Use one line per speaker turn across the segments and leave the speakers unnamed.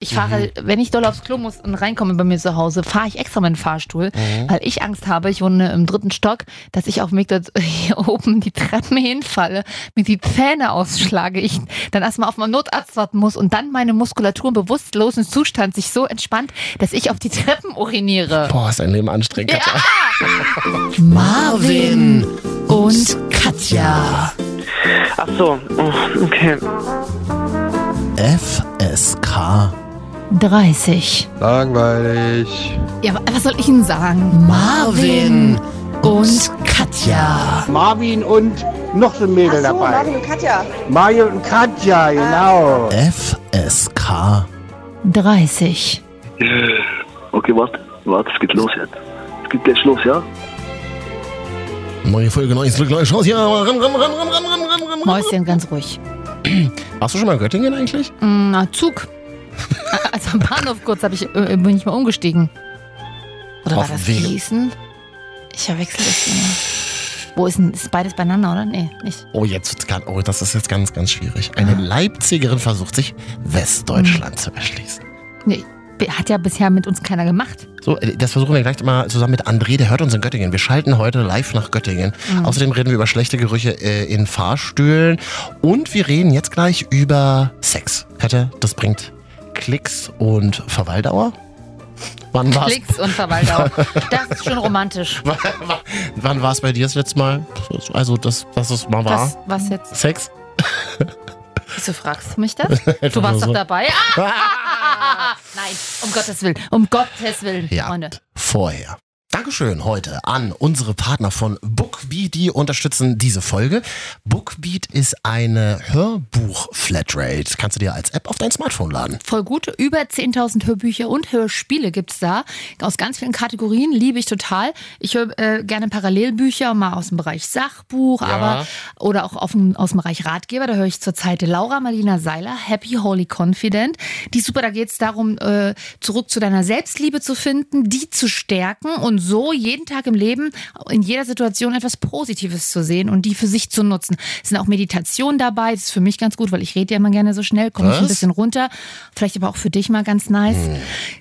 Ich fahre,
Mhm.
wenn ich doll aufs Klo muss und reinkomme bei mir zu Hause, fahre ich extra meinen Fahrstuhl,
Mhm.
weil ich Angst habe, ich wohne im dritten Stock, dass ich auf dem Weg dort hier oben die Treppen hinfalle, mir die Zähne ausschlage, ich dann erstmal auf meinem Notarzt warten muss und dann meine Muskulatur im bewusstlosen Zustand sich so entspannt, dass ich auf die Treppen uriniere.
Boah, ist dein Leben anstrengend.
Ja.
Katja.
Marvin und Katja.
Ach so, oh, okay.
FSK.
30.
Langweilig.
Ja, wa- was soll ich Ihnen sagen?
Marvin und Katja.
Marvin und noch so ein Mädel
Ach so,
dabei.
Marvin und Katja. Ah.
Mario und Katja, genau.
FSK.
30.
Okay, warte, warte, es geht los jetzt. Es geht gleich los, ja?
Neue Folge, neues Glück, neue Chance. Ja, ran, ran, ran, ran, ran, ran, ran, ran.
Mäuschen, ganz ruhig.
Warst du schon mal in Göttingen eigentlich?
Mm, Na, Zug. Also am Bahnhof kurz hab ich, äh, bin ich mal umgestiegen. Oder
Auf
war das
dem Weg.
Gießen? Ich verwechsel das immer. Wo ist denn, ist beides beieinander, oder? Nee, nicht.
Oh, jetzt wird's ganz, oh, das ist jetzt ganz, ganz schwierig. Eine Leipzigerin versucht sich Westdeutschland zu erschließen.
Nee, b- hat ja bisher mit uns keiner gemacht.
So, äh, das versuchen wir gleich mal zusammen mit André, der hört uns in Göttingen. Wir schalten heute live nach Göttingen.
Mhm.
Außerdem reden wir über schlechte Gerüche äh, in Fahrstühlen. Und wir reden jetzt gleich über Sex. Katja, das bringt Klicks und Verweildauer. Wann war's,
Klicks und Verwalter. Das ist schon romantisch.
wann war's bei dir das letzte Mal? Also, dass das es mal war?
Was, was jetzt?
Sex?
Wieso fragst du mich das? Du warst
nur so.
doch dabei. Ah! Nein, um Gottes Willen. Um Gottes Willen,
Ja.
Freunde.
vorher. Dankeschön heute an unsere Partner von Bookbeat, die unterstützen diese Folge. Bookbeat ist eine Hörbuch-Flatrate. Kannst du dir als App auf dein Smartphone laden.
voll gut. Über 10.000 Hörbücher und Hörspiele gibt's da. Aus ganz vielen Kategorien liebe ich total. Ich höre äh, gerne Parallelbücher, mal aus dem Bereich Sachbuch, aber oder auch auf dem, aus dem Bereich Ratgeber. Da höre ich zurzeit Laura Marlina Seiler, Happy Holy Confident. Die ist super, da geht's darum, äh, zurück zu deiner Selbstliebe zu finden, die zu stärken und so jeden Tag im Leben in jeder Situation etwas Positives zu sehen und die für sich zu nutzen. Es sind auch Meditationen dabei. Das ist für mich ganz gut, weil ich rede ja immer gerne so schnell, komme ich ein
Was?
bisschen bisschen runter. Vielleicht aber auch für dich mal ganz nice.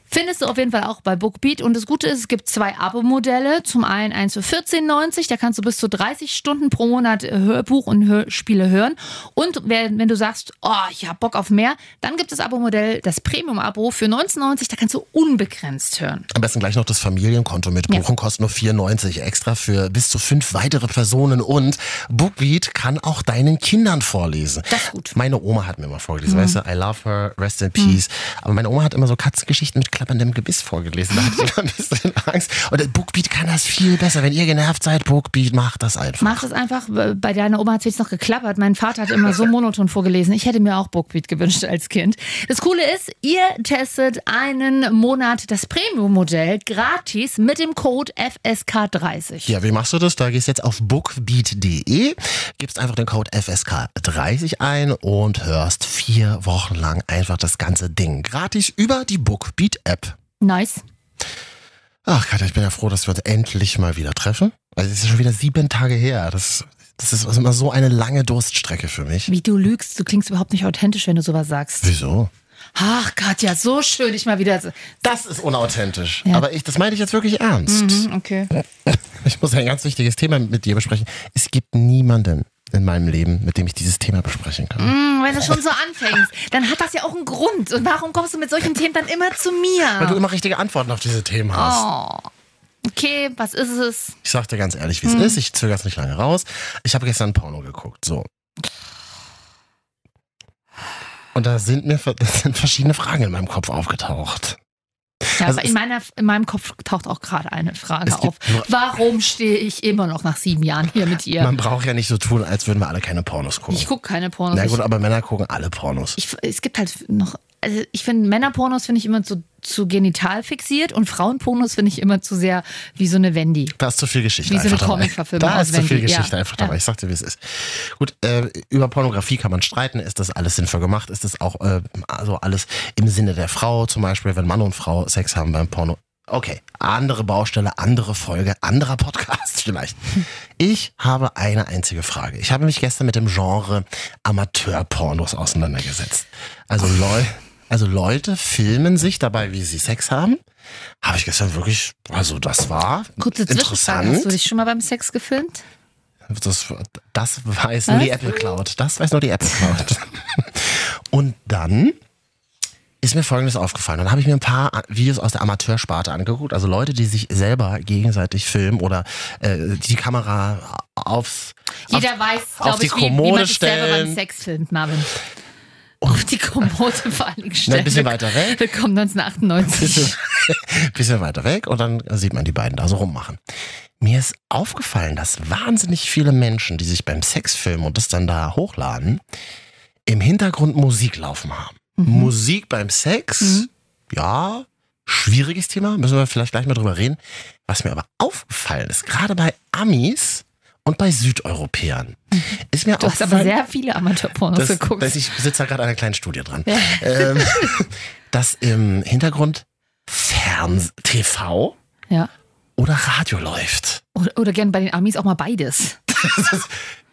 Findest du auf jeden Fall auch bei Bookbeat. Und das Gute ist, es gibt zwei Abo-Modelle. Zum einen eins für 14,90. Da kannst du bis zu 30 Stunden pro Monat äh, Hörbuch und Hörspiele hören. Und wenn, wenn du sagst, oh, ich hab Bock auf mehr, dann gibt es das Abo-Modell, das Premium-Abo für 19,90. Da kannst du unbegrenzt hören.
Am besten gleich noch das Familienkonto mit buchen, kostet nur 4,90 extra für bis zu fünf weitere Personen und Bookbeat kann auch deinen Kindern vorlesen.
Das ist gut. Mhm.
Meine Oma hat mir mal vorgelesen, weißt du, I love her, rest in peace. Aber meine Oma hat immer so Katzengeschichten mit klapperndem Gebiss vorgelesen. Da hatte ich immer ein bisschen Angst. Und Bookbeat kann das viel besser. Wenn ihr genervt seid, Bookbeat macht das einfach.
Mach es einfach. Bei deiner Oma hat es jetzt noch geklappert. Mein Vater hat immer so monoton vorgelesen. Ich hätte mir auch Bookbeat gewünscht als Kind. Das Coole ist, ihr testet einen Monat das Premium-Modell gratis mit dem Code FSK30.
Ja, wie machst du das? Da gehst jetzt auf bookbeat.de, gibst einfach den Code FSK30 ein und hörst vier Wochen lang einfach das ganze Ding gratis über die Bookbeat-App.
Nice.
Ach Katja, ich bin ja froh, dass wir uns endlich mal wieder treffen. Also es ist schon wieder sieben Tage her. Das, das ist immer so eine lange Durststrecke für mich.
Wie du lügst, du klingst überhaupt nicht authentisch, wenn du sowas sagst.
Wieso?
Ach Katja, so schön, ich mal wieder. so-
Das ist unauthentisch. Aber ich, das meine ich jetzt wirklich ernst.
Okay.
Ich muss ein ganz wichtiges Thema mit dir besprechen. Es gibt niemanden in meinem Leben, mit dem ich dieses Thema besprechen kann.
Hm, Wenn du schon so anfängst, dann hat das ja auch einen Grund. Und warum kommst du mit solchen Themen dann immer zu
Weil du
mir?
immer richtige Antworten auf diese Themen hast.
Oh. Okay, was ist es?
Ich sag dir ganz ehrlich,
Hm.
wie es ist. Ich zögere es nicht lange raus. Ich habe gestern Porno geguckt. So. Und da sind mir ver- das sind verschiedene Fragen in meinem Kopf aufgetaucht.
Ja,
Also
aber
es-
in, meiner, in meinem Kopf taucht auch gerade eine Frage
Es
auf.
gibt nur-
Warum stehe ich immer noch nach sieben Jahren hier mit ihr?
Man braucht ja nicht so tun, als würden wir alle keine Pornos gucken.
Ich gucke keine Pornos.
Na gut, aber Männer gucken alle Pornos.
ich, ich, es gibt halt noch. Also ich finde Männerpornos finde ich immer zu, zu genital fixiert und Frauenpornos finde ich immer zu sehr wie so eine Wendy.
Da ist zu viel Geschichte
Wie so eine
einfach dabei.
Comicverfilmung
Da ist zu
auswendig,
viel Geschichte
ja.
einfach
Ja.
dabei. Ich sagte, wie es ist. Gut, äh, über Pornografie kann man streiten. Ist das alles sinnvoll gemacht? Ist das auch äh, also alles im Sinne der Frau? Zum Beispiel, wenn Mann und Frau Sex haben beim Porno. Okay, andere Baustelle, andere Folge, anderer Podcast vielleicht. Ich habe eine einzige Frage. Ich habe mich gestern mit dem Genre Amateurpornos auseinandergesetzt. Also Leute. Also Leute filmen sich dabei, wie sie Sex haben. Habe ich gestern wirklich, also das war
Kurze Zwischenfrage. Hast du
interessant.
dich schon mal beim Sex gefilmt?
Das, das weiß nur die Apple Cloud. Das weiß nur die Apple Cloud. Und dann ist mir Folgendes aufgefallen. Dann habe ich mir ein paar Videos aus der Amateursparte angeguckt. Also Leute, die sich selber gegenseitig filmen oder äh, die Kamera aufs...
Jeder
auf,
weiß,
auf
glaube
die
ich, wie, wie man
Kommode
sich selber beim
stellen. Oh.
Sex filmt, Marvin. Auf die Kommode vor allen Dingen stellen.
ein bisschen weiter weg.
Willkommen 1998.
bisschen weiter weg und dann sieht man die beiden da so rummachen. Mir ist aufgefallen, dass wahnsinnig viele Menschen, die sich beim Sex filmen und das dann da hochladen, im Hintergrund Musik laufen haben.
Mhm.
Musik beim Sex, ja, schwieriges Thema, müssen wir vielleicht gleich mal drüber reden. Was mir aber aufgefallen ist, gerade bei Amis und bei Südeuropäern, ist mir
Mhm. Du hast aber
aufgefallen,
sehr viele Amateurpornos
dass,
geguckt.
dass ich sitze da gerade an einer kleinen Studie dran
Ja.
ähm, dass im Hintergrund Fernseh, TV
ja.
oder Radio läuft.
Oder, oder gern bei den Amis auch mal beides.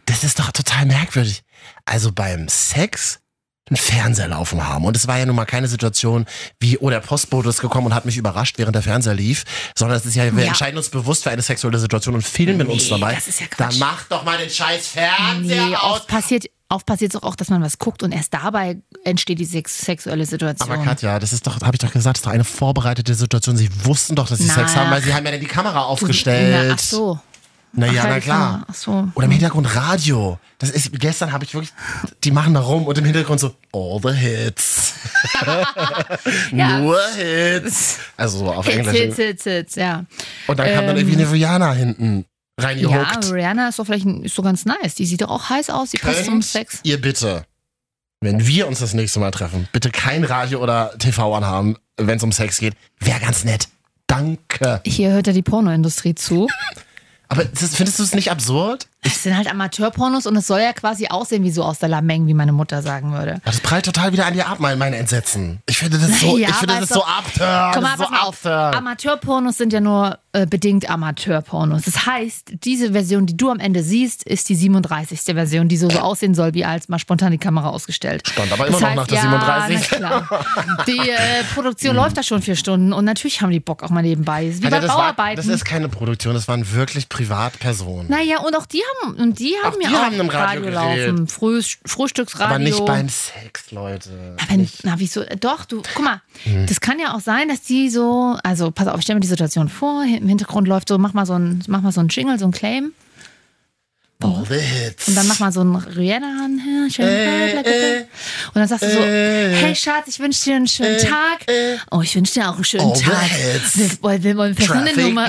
Das ist doch total merkwürdig. Also beim Sex einen Fernseher laufen haben. Und es war ja nun mal keine Situation wie, oh, der Postbote ist gekommen und hat mich überrascht, während der Fernseher lief, sondern es ist ja, wir
Ja.
entscheiden uns bewusst für eine sexuelle Situation und filmen uns dabei.
das ist ja Quatsch.
Dann mach doch mal den scheiß Fernseher
Nee,
aus.
oft passiert oft passiert es auch, dass man was guckt und erst dabei entsteht die sex sexuelle Situation.
Aber Katja, das ist doch, habe ich doch gesagt, das ist doch eine vorbereitete Situation. Sie wussten doch, dass sie Sex
Na.
haben, weil sie haben ja dann die Kamera
Du-
aufgestellt.
Na, ach so.
Na ja,
Ach,
na
die
klar.
Kamera. Ach so.
Oder im Hintergrund Radio. Das ist, gestern habe ich wirklich, die machen da rum und im Hintergrund so, all the hits.
Ja.
Nur Hits. Also so auf
Hits,
Englisch.
hits, hits, hits, ja.
Und dann kam dann irgendwie eine Rihanna hinten
Ja,
reingehuckt.
Rihanna ist doch vielleicht ein, ist so ganz nice. Die sieht doch auch heiß aus. Die passt zum
Könnt
Sex.
ihr bitte, wenn wir uns das nächste Mal treffen, bitte kein Radio oder TV anhaben, wenn es um Sex geht. Wäre ganz nett. Danke.
Hier hört ja die Pornoindustrie zu.
Aber das, findest du es nicht absurd?
Das sind halt Amateurpornos und es soll ja quasi aussehen wie so aus der Lameng, wie meine Mutter sagen würde.
Das prallt total wieder an dir ab, mein, mein Entsetzen. Ich finde das so,
Ja,
ich finde
aber
das
es
so
doch-
abtörend.
also, Komm mal,
so
pass mal auf.
abtörend.
Amateurpornos sind ja nur äh, bedingt Amateurpornos. Das heißt, diese Version, die du am Ende siehst, ist die 37. Version, die so, so aussehen soll, wie als mal spontan die Kamera ausgestellt.
Stand aber
das
immer
heißt,
noch nach der
ja,
37.
Na klar. Die äh, Produktion läuft da schon vier Stunden und natürlich haben die Bock auch mal nebenbei. Ist wie
Alter,
bei
das, war,
Bauarbeiten.
das ist keine Produktion, das waren wirklich Privatpersonen.
naja, und auch die haben, und die haben
Auch
ja
die
auch
haben im Radio geredet.
laufen. Früh, Frühstücksradio.
aber nicht beim Sex, Leute.
Aber na, wieso? Äh, Doch, du, guck mal, das kann ja auch sein, dass die so, also pass auf, ich stell mir die Situation vor, hi- im Hintergrund läuft so, mach mal so ein, mach mal so ein Jingle, so ein Claim
All the hits.
und dann mach mal so ein Rihanna an, ja, schön,
Äh, äh,
und dann sagst du so,
äh,
hey Schatz, ich wünsche dir einen schönen Tag. oh, ich wünsche dir auch einen schönen
All the
Tag.
hits.
Wir wollen, wir wollen vielleicht eine
Traffic
Nummer.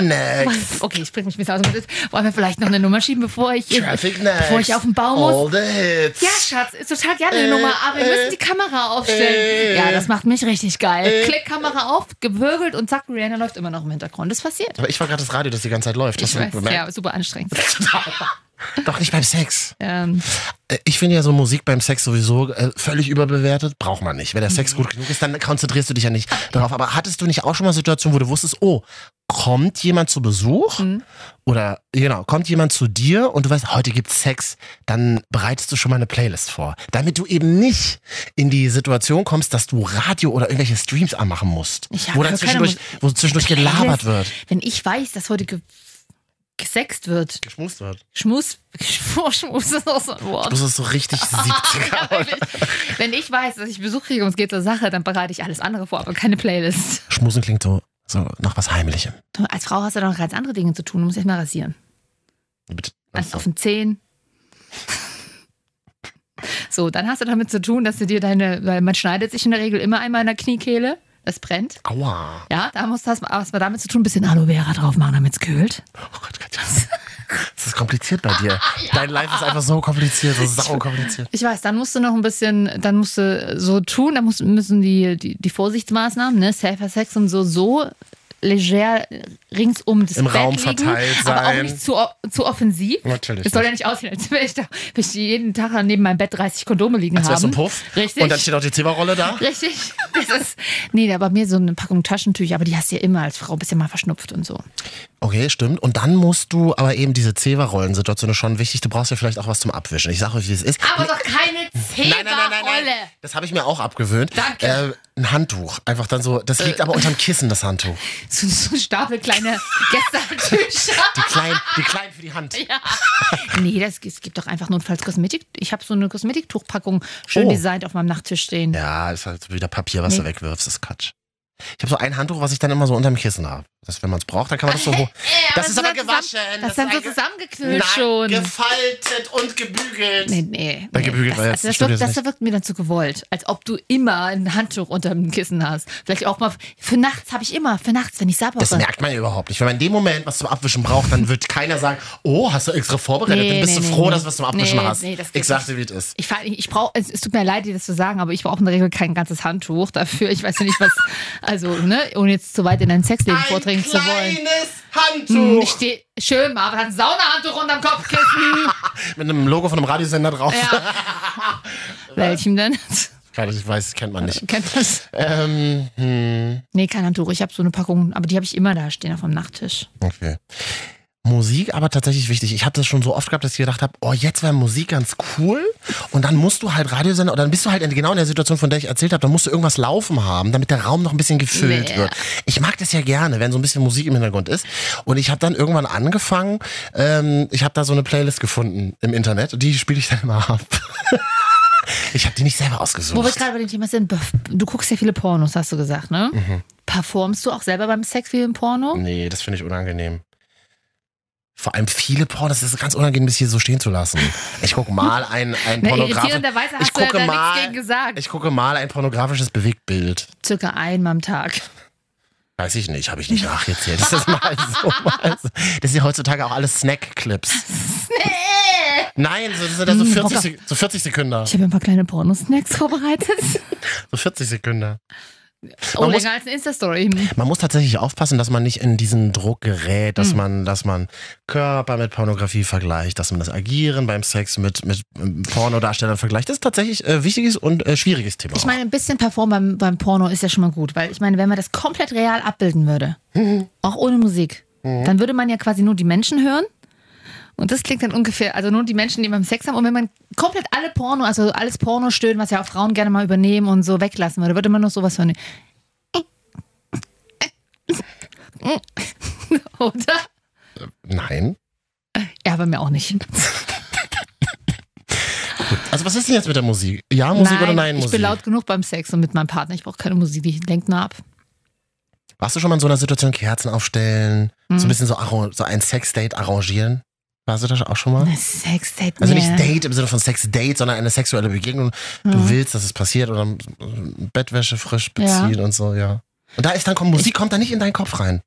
next.
Okay, ich bring mich ein bisschen aus. dem Bild. Wollen wir vielleicht noch eine Nummer schieben, bevor ich,
Traffic next.
bevor ich auf den Baum muss?
All the hits.
Ja, Schatz, ist total gerne eine
Äh,
Nummer, aber wir
äh,
müssen die Kamera aufstellen.
äh,
ja, das macht mich richtig geil.
äh.
Klick Kamera auf, gewirbelt und zack, Rihanna läuft immer noch im Hintergrund. Das passiert.
Aber ich war gerade das Radio, das die ganze Zeit läuft.
Ich
Hast du
weiß,
bemerkt?
ja, super anstrengend.
Doch nicht beim Sex.
ähm,
Äh, Ich finde ja so Musik beim Sex sowieso äh, völlig überbewertet. Braucht man nicht. Wenn der
Mhm.
Sex gut genug ist, dann konzentrierst du dich ja nicht darauf. Aber hattest du nicht auch schon mal Situationen, wo du wusstest, oh, kommt jemand zu Besuch?
Mhm.
Oder genau, kommt jemand zu dir und du weißt, heute gibt's Sex, dann bereitest du schon mal eine Playlist vor. Damit du eben nicht in die Situation kommst, dass du Radio oder irgendwelche Streams anmachen musst.
Ich hab
wo dann
keine
zwischendurch, wo zwischendurch gelabert wird.
wenn ich weiß, dass heute ge gesext wird,
Geschmust wird.
Schmus, Schmus, Schmus ist auch so ein Wort.
Das ist so richtig 70er.
Wirklich. Wenn ich weiß, dass ich Besuch kriege und es geht zur Sache, dann bereite ich alles andere vor, aber keine Playlist.
Schmusen klingt so, so nach was Heimlichem.
Du, Als Frau hast du doch noch ganz andere Dinge zu tun. Du musst erstmal rasieren.
Bitte.
Also auf den Zehen. So, dann hast du damit zu tun, dass du dir deine, weil man schneidet sich in der Regel immer einmal in der Kniekehle, das brennt.
Aua.
Ja, da musst du hast hast man damit zu tun, ein bisschen Aloe Vera drauf machen, damit es kühlt.
Oh Gott, Katja. Das ist kompliziert bei dir. Dein Life ist einfach so kompliziert, so sau kompliziert.
Ich weiß, dann musst du noch ein bisschen, dann musst du so tun, dann musst, müssen die, die, die Vorsichtsmaßnahmen, ne, Safer Sex und so, so leger ringsum das
Im
Bett
Raum
liegen,
verteilt
aber auch
sein.
nicht zu, o- zu offensiv.
Natürlich
Es soll ja nicht aussehen, als würde ich, da, würd ich jeden Tag neben meinem Bett 30 Kondome liegen
Als wärst du
haben.
ein Puff.
Richtig.
Und dann steht auch die Zimmerrolle da.
Richtig. Das ist, nee, aber mir so eine Packung Taschentücher, aber die hast du ja immer als Frau, bist ja mal verschnupft und so.
Okay, stimmt. Und dann musst du aber eben diese Zewa-Rollensituation ist schon wichtig. Du brauchst ja vielleicht auch was zum Abwischen. Ich sag euch, wie es ist.
Aber doch keine Zeberrolle.
Das habe ich mir auch abgewöhnt.
Danke.
Äh, ein Handtuch. Einfach dann so. Das liegt aber unterm Kissen, das Handtuch.
So, so ein Stapel kleine Gästetücher.
Die kleinen, die kleinen für die Hand.
Nee, das, es gibt doch einfach notfalls Kosmetik. Ich habe so eine Kosmetiktuchpackung schön
Oh.
designt auf meinem Nachttisch stehen.
Ja, ist halt wieder Papier, was
Nee.
du wegwirfst, ist Quatsch. Ich habe so ein Handtuch, was ich dann immer so unterm Kissen habe. Das, wenn man es braucht, dann kann man das so hoch.
Äh,
Das ist aber gewaschen.
Das ist dann so
ein-
zusammengeknüllt
Nein,
schon.
gefaltet und gebügelt.
Nee, nee.
Bei
nee.
gebügelt
das,
war jetzt
also
im
das,
Studio
wirkt, das
nicht.
wirkt mir dann zu gewollt. Als ob du immer ein Handtuch unter dem Kissen hast. Vielleicht auch mal für nachts habe ich immer, für nachts, wenn ich sabbere.
Das merkt man ja überhaupt nicht. Wenn man in dem Moment was zum Abwischen braucht, dann wird keiner sagen, oh, hast du extra vorbereitet,
Nee,
dann bist
nee,
du
nee,
froh,
nee.
dass du was zum Abwischen
Nee,
hast.
nee, das geht
ich sagte, wie es ist.
Ich, fahr- ich, ich brauche, es, es tut mir leid, dir das zu sagen, aber ich brauche in der Regel kein ganzes Handtuch dafür. Ich weiß ja nicht, was, also, ne, ohne jetzt zu weit in dein Sexleben vordringen zu wollen. Hm, Ich
Handtuch.
stehe schön, Marvin hat ein Saunahandtuch unterm Kopfkissen.
Mit einem Logo von einem Radiosender drauf.
ja. Welchem denn?
Keine Ahnung, Ich weiß, das kennt man nicht.
Kennt das?
Ähm, hm,
Nee, kein Handtuch. Ich habe so eine Packung, aber die habe ich immer da stehen auf dem Nachttisch.
okay. Musik aber tatsächlich wichtig. Ich hatte das schon so oft gehabt, dass ich gedacht habe, oh, jetzt wäre Musik ganz cool. Und dann musst du halt Radiosender, oder dann bist du halt in- genau in der Situation, von der ich erzählt habe, dann musst du irgendwas laufen haben, damit der Raum noch ein bisschen gefüllt
Nee.
wird. Ich mag das ja gerne, wenn so ein bisschen Musik im Hintergrund ist. Und ich habe dann irgendwann angefangen, ähm, ich habe da so eine Playlist gefunden im Internet und die spiele ich dann immer ab. ich habe die nicht selber ausgesucht.
Wo wir gerade bei dem Thema sind, bef- du guckst ja viele Pornos, hast du gesagt, ne?
Mhm.
Performst du auch selber beim Sex wie im Porno?
Nee, das finde ich unangenehm. Vor allem viele Pornos, das ist ganz unangenehm, das hier so stehen zu lassen. Ich gucke mal ein, ein
Na,
pornografisches.
irritierenderweise Ne, hast
Ich
du ja
gucke
da nichts
mal-
gegen gesagt.
Ich gucke mal ein pornografisches Bewegtbild.
Circa einmal am Tag.
Weiß ich nicht, habe ich nicht nachgezählt. Das ist mal so, mal so. Das sind heutzutage auch alles Snack-Clips. Nein, so, das sind da so
Mm,
40,
Hocker.
Sek- so 40 Sekunden.
Ich habe ein paar kleine Pornosnacks vorbereitet.
So 40 Sekunden.
Oh,
Man muss-
länger als eine Insta-Story. Hm.
Man muss tatsächlich aufpassen, dass man nicht in diesen Druck gerät,
Hm.
dass man, dass man Körper mit Pornografie vergleicht, dass man das Agieren beim Sex mit, mit ähm, Pornodarstellern vergleicht. Das ist tatsächlich äh, wichtiges und äh, schwieriges Thema.
Ich meine, ein bisschen Perform beim, beim Porno ist ja schon mal gut, weil ich meine, wenn man das komplett real abbilden würde, auch ohne Musik, dann würde man ja quasi nur die Menschen hören. Und das klingt dann ungefähr, also nur die Menschen, die beim Sex haben. Und wenn man komplett alle Porno, also alles Porno stöhnen, was ja auch Frauen gerne mal übernehmen und so weglassen würde, würde man noch sowas hören. Oder?
auch. Nein.
Ja, bei mir auch nicht.
Also was ist denn jetzt mit der Musik? Ja, Musik oder nein
ich
Musik?
bin laut genug beim Sex und mit meinem Partner. Ich brauche keine Musik, die lenkt nur ab.
Warst du schon mal in so einer Situation Kerzen aufstellen,
Hm.
so ein bisschen so, arran- so ein Sexdate arrangieren? Warst du das auch schon mal?
Sex, Date,
Also
nee.
nicht Date im Sinne von Sex-Date, sondern eine sexuelle Begegnung. Du willst, dass es passiert oder äh, Bettwäsche frisch beziehen und so, Mhm. ja. Und da ist dann kommt Musik, kommt da nicht in deinen Kopf rein.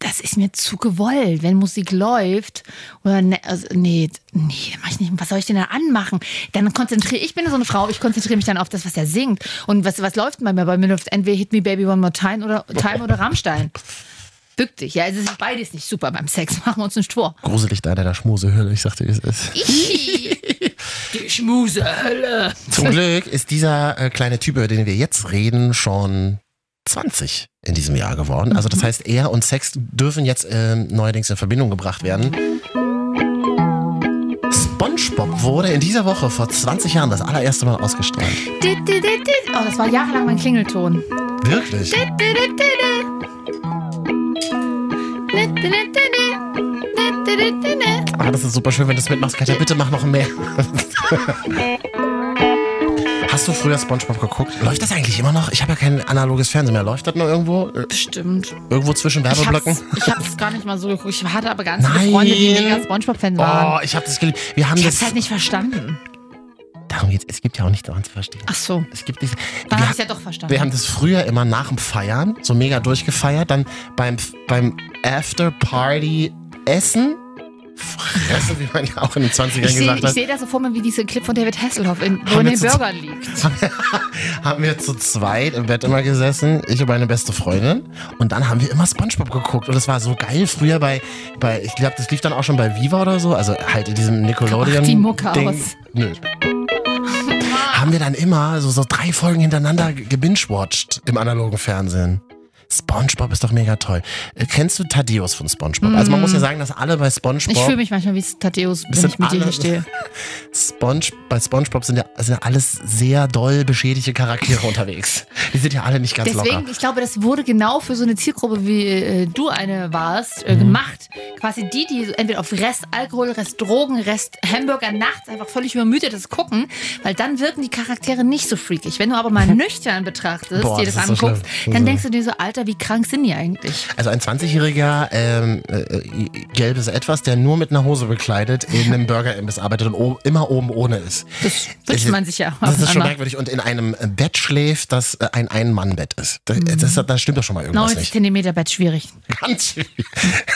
das ist mir zu gewollt, wenn Musik läuft. Oder ne, also, nee, nee, mach ich nicht. Was soll ich denn da anmachen? Dann konzentriere ich bin ja so eine Frau, ich konzentriere mich dann auf das, was er singt. Und was, was läuft denn bei mir? Bei mir läuft entweder Hit Me Baby One More Time oder Time oder Rammstein. Bück dich, ja, es ist beides nicht super beim Sex, machen wir uns nicht vor.
Gruselig da in deiner Schmusehöhle, ich sagte, wie es ist.
Ih, Die Schmusehölle.
Zum Glück ist dieser äh, kleine Typ, über den wir jetzt reden, schon 20 in diesem Jahr geworden. Also das heißt, er und Sex dürfen jetzt ähm, neuerdings in Verbindung gebracht werden. SpongeBob wurde in dieser Woche vor 20 Jahren das allererste Mal ausgestrahlt.
Dit, dit, dit, dit. Oh, das war jahrelang mein Klingelton.
Wirklich? Ah, das ist super schön, wenn du es mitmachst. Katja, bitte mach noch mehr. Hast du früher SpongeBob geguckt? Läuft das eigentlich immer noch? Ich habe ja kein analoges Fernsehen mehr. Läuft das noch irgendwo? Äh,
Bestimmt.
Irgendwo zwischen
Ich
Werbeblöcken?
hab's, ich hab's gar nicht mal so geguckt. Ich hatte aber ganz
Nein.
viele Freunde, die mega Spongebob-Fan waren.
Oh, ich habe das geliebt. Wir haben
ich hab's
das.
halt nicht verstanden.
Darum geht's. Es gibt ja auch nicht daran zu verstehen.
Ach so.
Es gibt nicht.
Dann
wir,
hab ich's ja doch verstanden.
wir haben das früher immer nach dem Feiern so mega durchgefeiert, dann beim beim After Party Essen Fresse, wie man ja auch in den 20ern
Ich sehe
gesagt
ich
hat.
seh da so vor mir, wie dieser Clip von David Hasselhoff, in, wo in
Haben wir
den
zu-
Burgern liegt.
haben wir zu zweit im Bett immer gesessen, ich und meine beste Freundin. Und dann haben wir immer Spongebob geguckt. Und das war so geil früher bei, bei ich glaube, das lief dann auch schon bei Viva oder so. Also halt in diesem Nickelodeon.
Ach, die Mucke
Ding.
aus.
Nö. Haben wir dann immer so, so drei Folgen hintereinander ge- gebingewatcht im analogen Fernsehen. Spongebob ist doch mega toll. Äh, Kennst du Thaddeus von Spongebob? Also man muss ja sagen, dass alle bei Spongebob.
Mhm. Ich fühle mich manchmal wie Thaddeus,
Das
wenn
sind
ich mit dir hier
alle-
stehe.
Sponge, bei SpongeBob sind ja, sind ja alles sehr doll beschädigte Charaktere unterwegs. Die sind ja alle nicht ganz
Deswegen,
locker.
ich glaube, das wurde genau für so eine Zielgruppe, wie äh, du eine warst,
Mhm.
äh, gemacht. Quasi die, die so entweder auf Rest Alkohol, Rest Drogen, Rest Hamburger nachts einfach völlig übermüdet das gucken, weil dann wirken die Charaktere nicht so freakig. Wenn du aber mal nüchtern betrachtest,
Boah,
dir
das
das,
ist so
anguckst,
schlimm.
dann
Mhm.
denkst du dir so, Alter, wie krank sind die eigentlich?
Also ein 20-jähriger ähm, äh, äh, gelbes Etwas, der nur mit einer Hose bekleidet in einem Burger-Imbiss arbeitet und o- immer oben ohne ist.
Das
Das
wünscht
ist-
man sich ja. ab
Das
und
ist schon
an mal.
merkwürdig. Und in einem äh, Bett schläft, das äh, ein Ein-Mann-Bett ist. Da,
Mhm.
das, da stimmt doch schon mal irgendwas
90
nicht.
Zentimeter Bett, schwierig.
Ganz schwierig.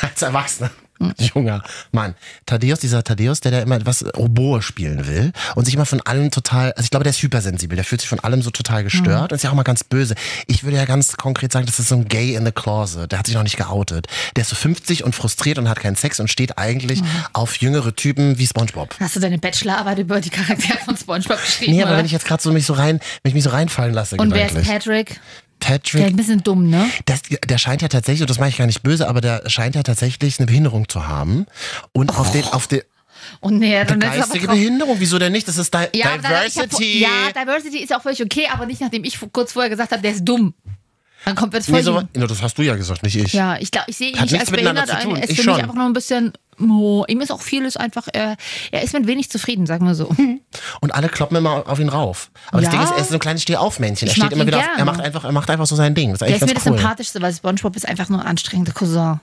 als Erwachsener. Junger Mann. Thaddeus, dieser Thaddeus, der da immer etwas Oboe spielen will und sich immer von allem total, also ich glaube, der ist hypersensibel, der fühlt sich von allem so total
Mhm.
gestört und ist ja auch mal ganz böse. Ich würde ja ganz konkret sagen, das ist so ein Gay in the Closet, der hat sich noch nicht geoutet. Der ist so 50 und frustriert und hat keinen Sex und steht
Mhm.
eigentlich auf jüngere Typen wie Spongebob.
Hast du deine Bachelorarbeit über die Charaktere von SpongeBob geschrieben?
Nee, aber
oder?
wenn ich jetzt gerade so mich so rein, wenn ich mich so reinfallen lasse,
und wer ist
gedanklich.
Patrick? Der ist
Patrick
ein bisschen dumm, ne?
Das, der scheint ja tatsächlich, und das mache ich gar nicht böse, aber der scheint ja tatsächlich eine Behinderung zu haben. Und auf den, auf den,
Und nee,
eine
Oh. dann ist er aber
geistige
drauf-
Behinderung, wieso denn nicht? Das ist Di
Ja, aber dann- ich hab-
Diversity.
ja, Diversity ist auch völlig okay, aber nicht nachdem ich vor- kurz vorher gesagt habe, der ist dumm. Dann kommt jetzt voll.
nee, so,
die-
no, das hast du ja gesagt, nicht ich.
ja, ich glaube, ich sehe ihn
Hat
nicht
nichts
als
miteinander
behindert.
zu tun.
Er ist
Ich
für
schon.
mich einfach nur ein bisschen. Oh, ihm ist auch vieles einfach. Er, er ist mit wenig zufrieden, sagen wir so.
Und alle kloppen immer auf ihn rauf. Aber
Ja.
das Ding ist, er ist so ein kleines Stehaufmännchen. Er
Ich
steht
mag
immer
ihn
wieder auf,
gerne.
er macht einfach, er macht einfach so sein Ding. Das ist
Der
eigentlich
ist mir das
ganz cool.
Sympathischste, weil SpongeBob ist einfach nur ein anstrengender Cousin.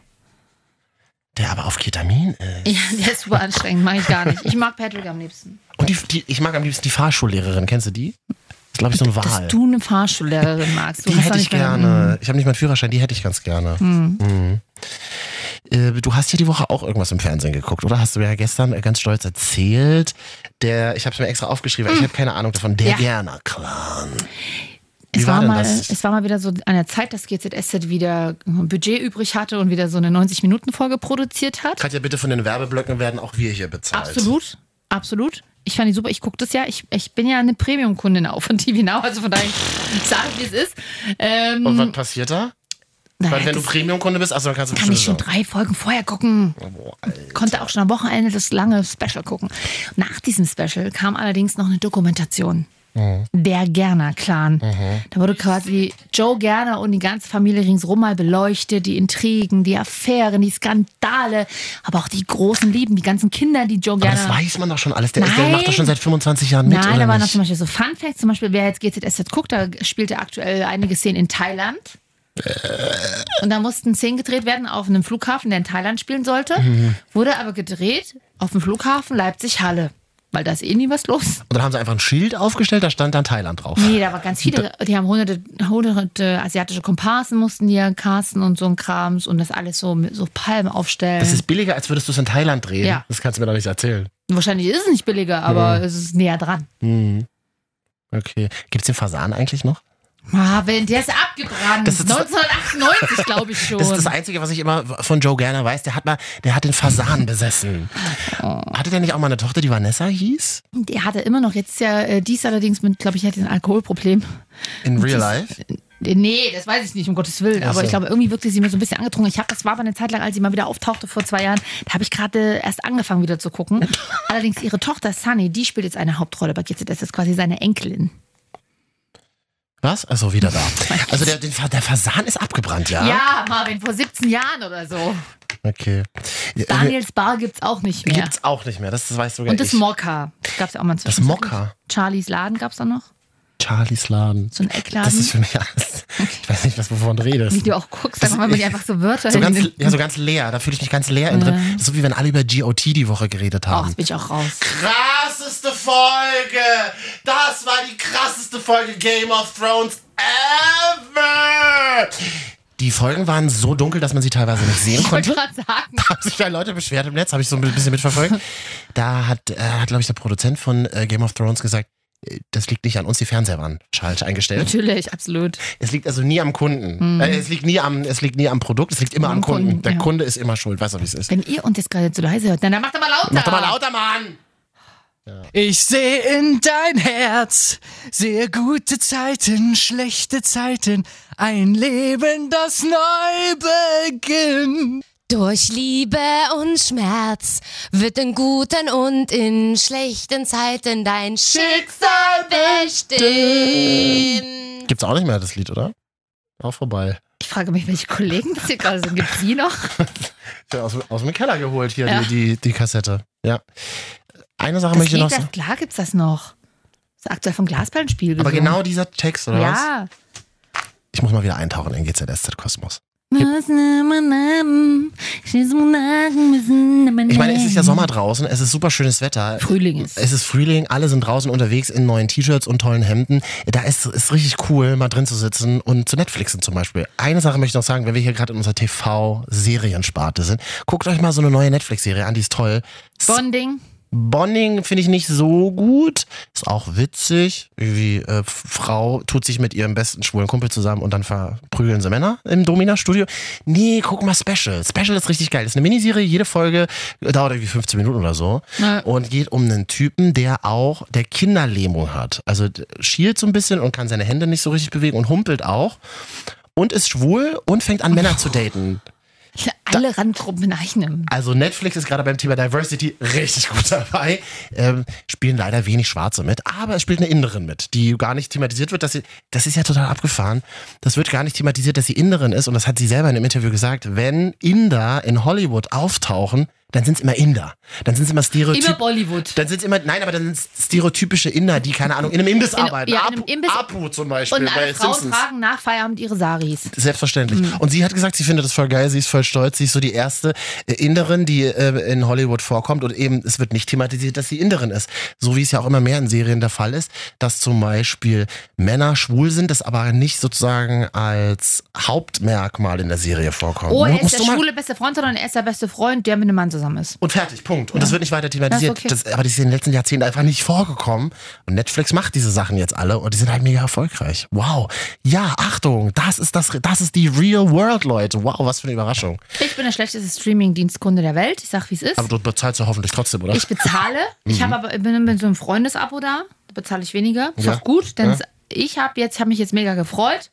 Der aber auf Ketamin ist.
Ja, der ist super anstrengend, mag ich gar nicht. Ich mag Patrick am liebsten.
Und die, die, ich mag am liebsten die Fahrschullehrerin. Kennst du die? Ist, glaube ich, so ein Wahl.
Dass du eine Fahrschullehrerin magst. Du
Die
hast doch
hätte ich
nicht Mhm. mal- Hm.
gerne. Ich habe nicht meinen Führerschein, die hätte ich ganz gerne. Mhm. Äh, Du hast ja die Woche auch irgendwas im Fernsehen geguckt, oder? Hast du ja gestern äh, ganz stolz erzählt. Der, ich habe es mir extra aufgeschrieben, weil ich habe keine Ahnung davon. Der
Mhm. Ja.
Gerner Clan. Wie
Es
war
war,
denn
mal,
das?
es war mal wieder so an der Zeit, dass GZSZ wieder ein Budget übrig hatte und wieder so eine 90-Minuten-Folge produziert hat.
Katja, bitte von den Werbeblöcken werden auch wir hier bezahlt.
Absolut, absolut. Ich fand die super. Ich gucke das ja. Ich, ich bin ja eine Premium-Kundin auch von TV Now. Also von daher sage ich, wie es ist. Ähm,
Und was passiert da? Weil
naja,
wenn du
das
Premium-Kunde bist, also dann kannst du Oh,
kann ich schon
bestimmt
drei Folgen vorher gucken. Konnte auch schon am Wochenende das lange Special gucken. Nach diesem Special kam allerdings noch eine Dokumentation.
Mhm.
Der Gerner-Clan. Da wurde quasi Joe Gerner und die ganze Familie ringsrum mal beleuchtet. Die Intrigen, die Affären, die Skandale, aber auch die großen Lieben, die ganzen Kinder, die Joe
Aber
Gerner.
das weiß man doch schon alles. Der, ist, der
Nein.
macht doch schon seit 25 Jahren mit.
Nein,
oder
da waren
nicht?
auch zum Beispiel so Fun Facts. Zum Beispiel, wer jetzt GZSZ guckt, da spielte aktuell einige Szenen in Thailand.
Äh.
Und da mussten Szenen gedreht werden auf einem Flughafen, der in Thailand spielen sollte.
Mhm.
Wurde aber gedreht auf dem Flughafen Leipzig-Halle. Weil da ist eh nie was los.
Und dann haben sie einfach ein Schild aufgestellt, da stand dann Thailand drauf.
Nee, da waren ganz viele. Die haben hunderte, hunderte asiatische Komparsen, mussten die ja casten und so ein Krams und das alles so mit so Palmen aufstellen.
Das ist billiger, als würdest du es in Thailand drehen.
Ja.
Das kannst du mir doch nicht erzählen.
Wahrscheinlich ist es nicht billiger, aber es ist näher dran.
Hm. Okay. Gibt es den Fasan eigentlich noch?
Marvin, der ist abgebrannt.
Das ist-
1998, glaube ich schon.
Das ist das Einzige, was ich immer von Joe Gerner weiß. Der hat mal, der hat den Fasan besessen. Hatte der nicht auch mal eine Tochter, die Vanessa hieß?
Der hatte immer noch jetzt ist ja äh, dies allerdings mit, glaube ich, er hatte ein Alkoholproblem.
In real life?
Äh, Nee, das weiß ich nicht, um Gottes Willen.
Ach
Aber
so.
ich glaube, irgendwie wirkte sie mir so ein bisschen angetrunken. Ich habe, das war aber eine Zeit lang, als sie mal wieder auftauchte vor zwei Jahren, da habe ich gerade erst angefangen wieder zu gucken. allerdings ihre Tochter Sunny, die spielt jetzt eine Hauptrolle bei GZS, das ist quasi seine Enkelin.
Was? Also wieder da. Also der, den, Fa- der Fasan ist abgebrannt, ja?
Ja, Marvin, vor 17 Jahren oder so.
Ah. Okay. Äh,
Daniels Bar gibt's auch nicht mehr.
Gibt's auch nicht mehr. Das, das weiß sogar
Und das
ich.
Mokka gab's ja auch mal
das
inzwischen.
Mokka.
Charlies Laden gab's da noch.
Charlies Laden.
So ein Eckladen.
Das ist für mich alles. Ich weiß nicht, was wovon du redest.
wie du auch guckst, einfach mal mit einfach so Wörter
So ganz,
hin-
ja, so ganz leer. Da fühle ich mich ganz leer innen drin. Das ist so wie wenn alle über GOT die Woche geredet
Ach,
haben.
jetzt bin ich auch raus.
krasseste Folge. Das war die krasseste Folge Game of Thrones ever. Die Folgen waren so dunkel, dass man sie teilweise nicht sehen
Ich wollte
konnte.
gerade sagen.
Da haben sich da Leute beschwert im Netz, habe ich so ein bisschen mitverfolgt. Da hat, äh, hat glaube ich, der Produzent von äh, Game of Thrones gesagt, äh, das liegt nicht an uns, die Fernseher waren falsch eingestellt.
Natürlich, absolut.
Es liegt also nie am Kunden.
Mhm.
Äh, es, liegt nie am, es liegt nie am Produkt, es liegt immer am Kunden. Der
ja. Genau.
Kunde ist immer schuld, weißt du, wie es ist.
Wenn ihr uns jetzt gerade zu leise hört, dann, dann macht doch mal lauter.
Mach doch mal lauter, Mann!
Ich seh in dein Herz sehr gute Zeiten, schlechte Zeiten, ein Leben, das neu beginnt.
Durch Liebe und Schmerz wird in guten und in schlechten Zeiten dein Schicksal bestimmt.
Gibt's auch nicht mehr das Lied, oder? Auch vorbei.
Ich frage mich, welche Kollegen das hier gerade sind. Gibt es die noch?
Ist ja Aus, aus dem Keller geholt hier,
Ja.
die, die, die Kassette. Ja. Eine Sache
Das
möchte ich Ah, noch
Lied,
sagen.
das, klar gibt's das noch. Das ist aktuell vom Glasperlenspiel.
Aber
gesungen.
genau dieser Text, oder was?
Ja.
Ich muss mal wieder eintauchen in GZSZ-Kosmos. Ich
Ich
meine, es ist ja Sommer draußen, es ist super schönes Wetter.
Frühling ist.
Es ist Frühling, alle sind draußen unterwegs in neuen T-Shirts und tollen Hemden. Da ist es richtig cool, mal drin zu sitzen und zu Netflixen zum Beispiel. Eine Sache möchte ich noch sagen, wenn wir hier gerade in unserer TV-Seriensparte sind, guckt euch mal so eine neue Netflix-Serie an, die ist toll.
Bonding.
Bonding finde ich nicht so gut. Ist auch witzig. Wie äh, Frau tut sich mit ihrem besten schwulen Kumpel zusammen und dann verprügeln sie Männer im Domina-Studio. Nee, guck mal Special. Special ist richtig geil. Ist eine Miniserie. Jede Folge äh, dauert irgendwie 15 Minuten oder so.
Ja.
Und geht um einen Typen, der auch, der Kinderlähmung hat. Also d- schielt so ein bisschen und kann seine Hände nicht so richtig bewegen und humpelt auch. Und ist schwul und fängt an, Männer zu daten.
Alle Randgruppen in Eichem.
Also Netflix ist gerade beim Thema Diversity richtig gut dabei. Ähm, spielen leider wenig Schwarze mit, aber es spielt eine Inderin mit, die gar nicht thematisiert wird. Dass sie, das ist ja total abgefahren. Das wird gar nicht thematisiert, dass sie Inderin ist. Und das hat sie selber in einem Interview gesagt. Wenn Inder in Hollywood auftauchen, dann sind es immer Inder. Dann sind es immer
Über
Stereotypen.
Bollywood.
Dann sind es immer, nein, aber dann sind es stereotypische Inder, die, keine Ahnung, in einem Imbiss
In-
arbeiten.
ja, in
Apu,
einem Imbiss.
Apu zum Beispiel
Und
bei
alle Frauen
Simpsons.
tragen nach Feierabend ihre Saris.
Selbstverständlich. Und sie hat gesagt, sie findet das voll geil, sie ist voll stolz, sie ist so die erste äh, Inderin, die äh, in Hollywood vorkommt und eben, es wird nicht thematisiert, dass sie Inderin ist. So wie es ja auch immer mehr in Serien der Fall ist, dass zum Beispiel Männer schwul sind, das aber nicht sozusagen als Hauptmerkmal in der Serie vorkommt.
Oh, er ist
Musst
der
du mal-
schwule beste Freund, sondern er ist der beste Freund, der mit einem Mann zusammen ist.
und fertig, Punkt. Und das wird nicht weiter thematisiert.
Das ist okay.
Das, aber die sind in den letzten Jahrzehnten einfach nicht vorgekommen. Und Netflix macht diese Sachen jetzt alle und die sind halt mega erfolgreich. Wow. Ja, Achtung, das ist das, das ist die Real World, Leute. Wow, was für eine Überraschung.
Ich bin der schlechteste Streaming-Dienstkunde der Welt. Ich sag, wie es ist.
Aber du bezahlst ja hoffentlich trotzdem, oder?
Ich bezahle.
Mhm.
Ich habe aber bin mit so einem Freundesabo da. Da bezahle ich weniger. Ist
Ja.
auch gut, denn
Ja.
es- ich habe jetzt habe mich jetzt mega gefreut,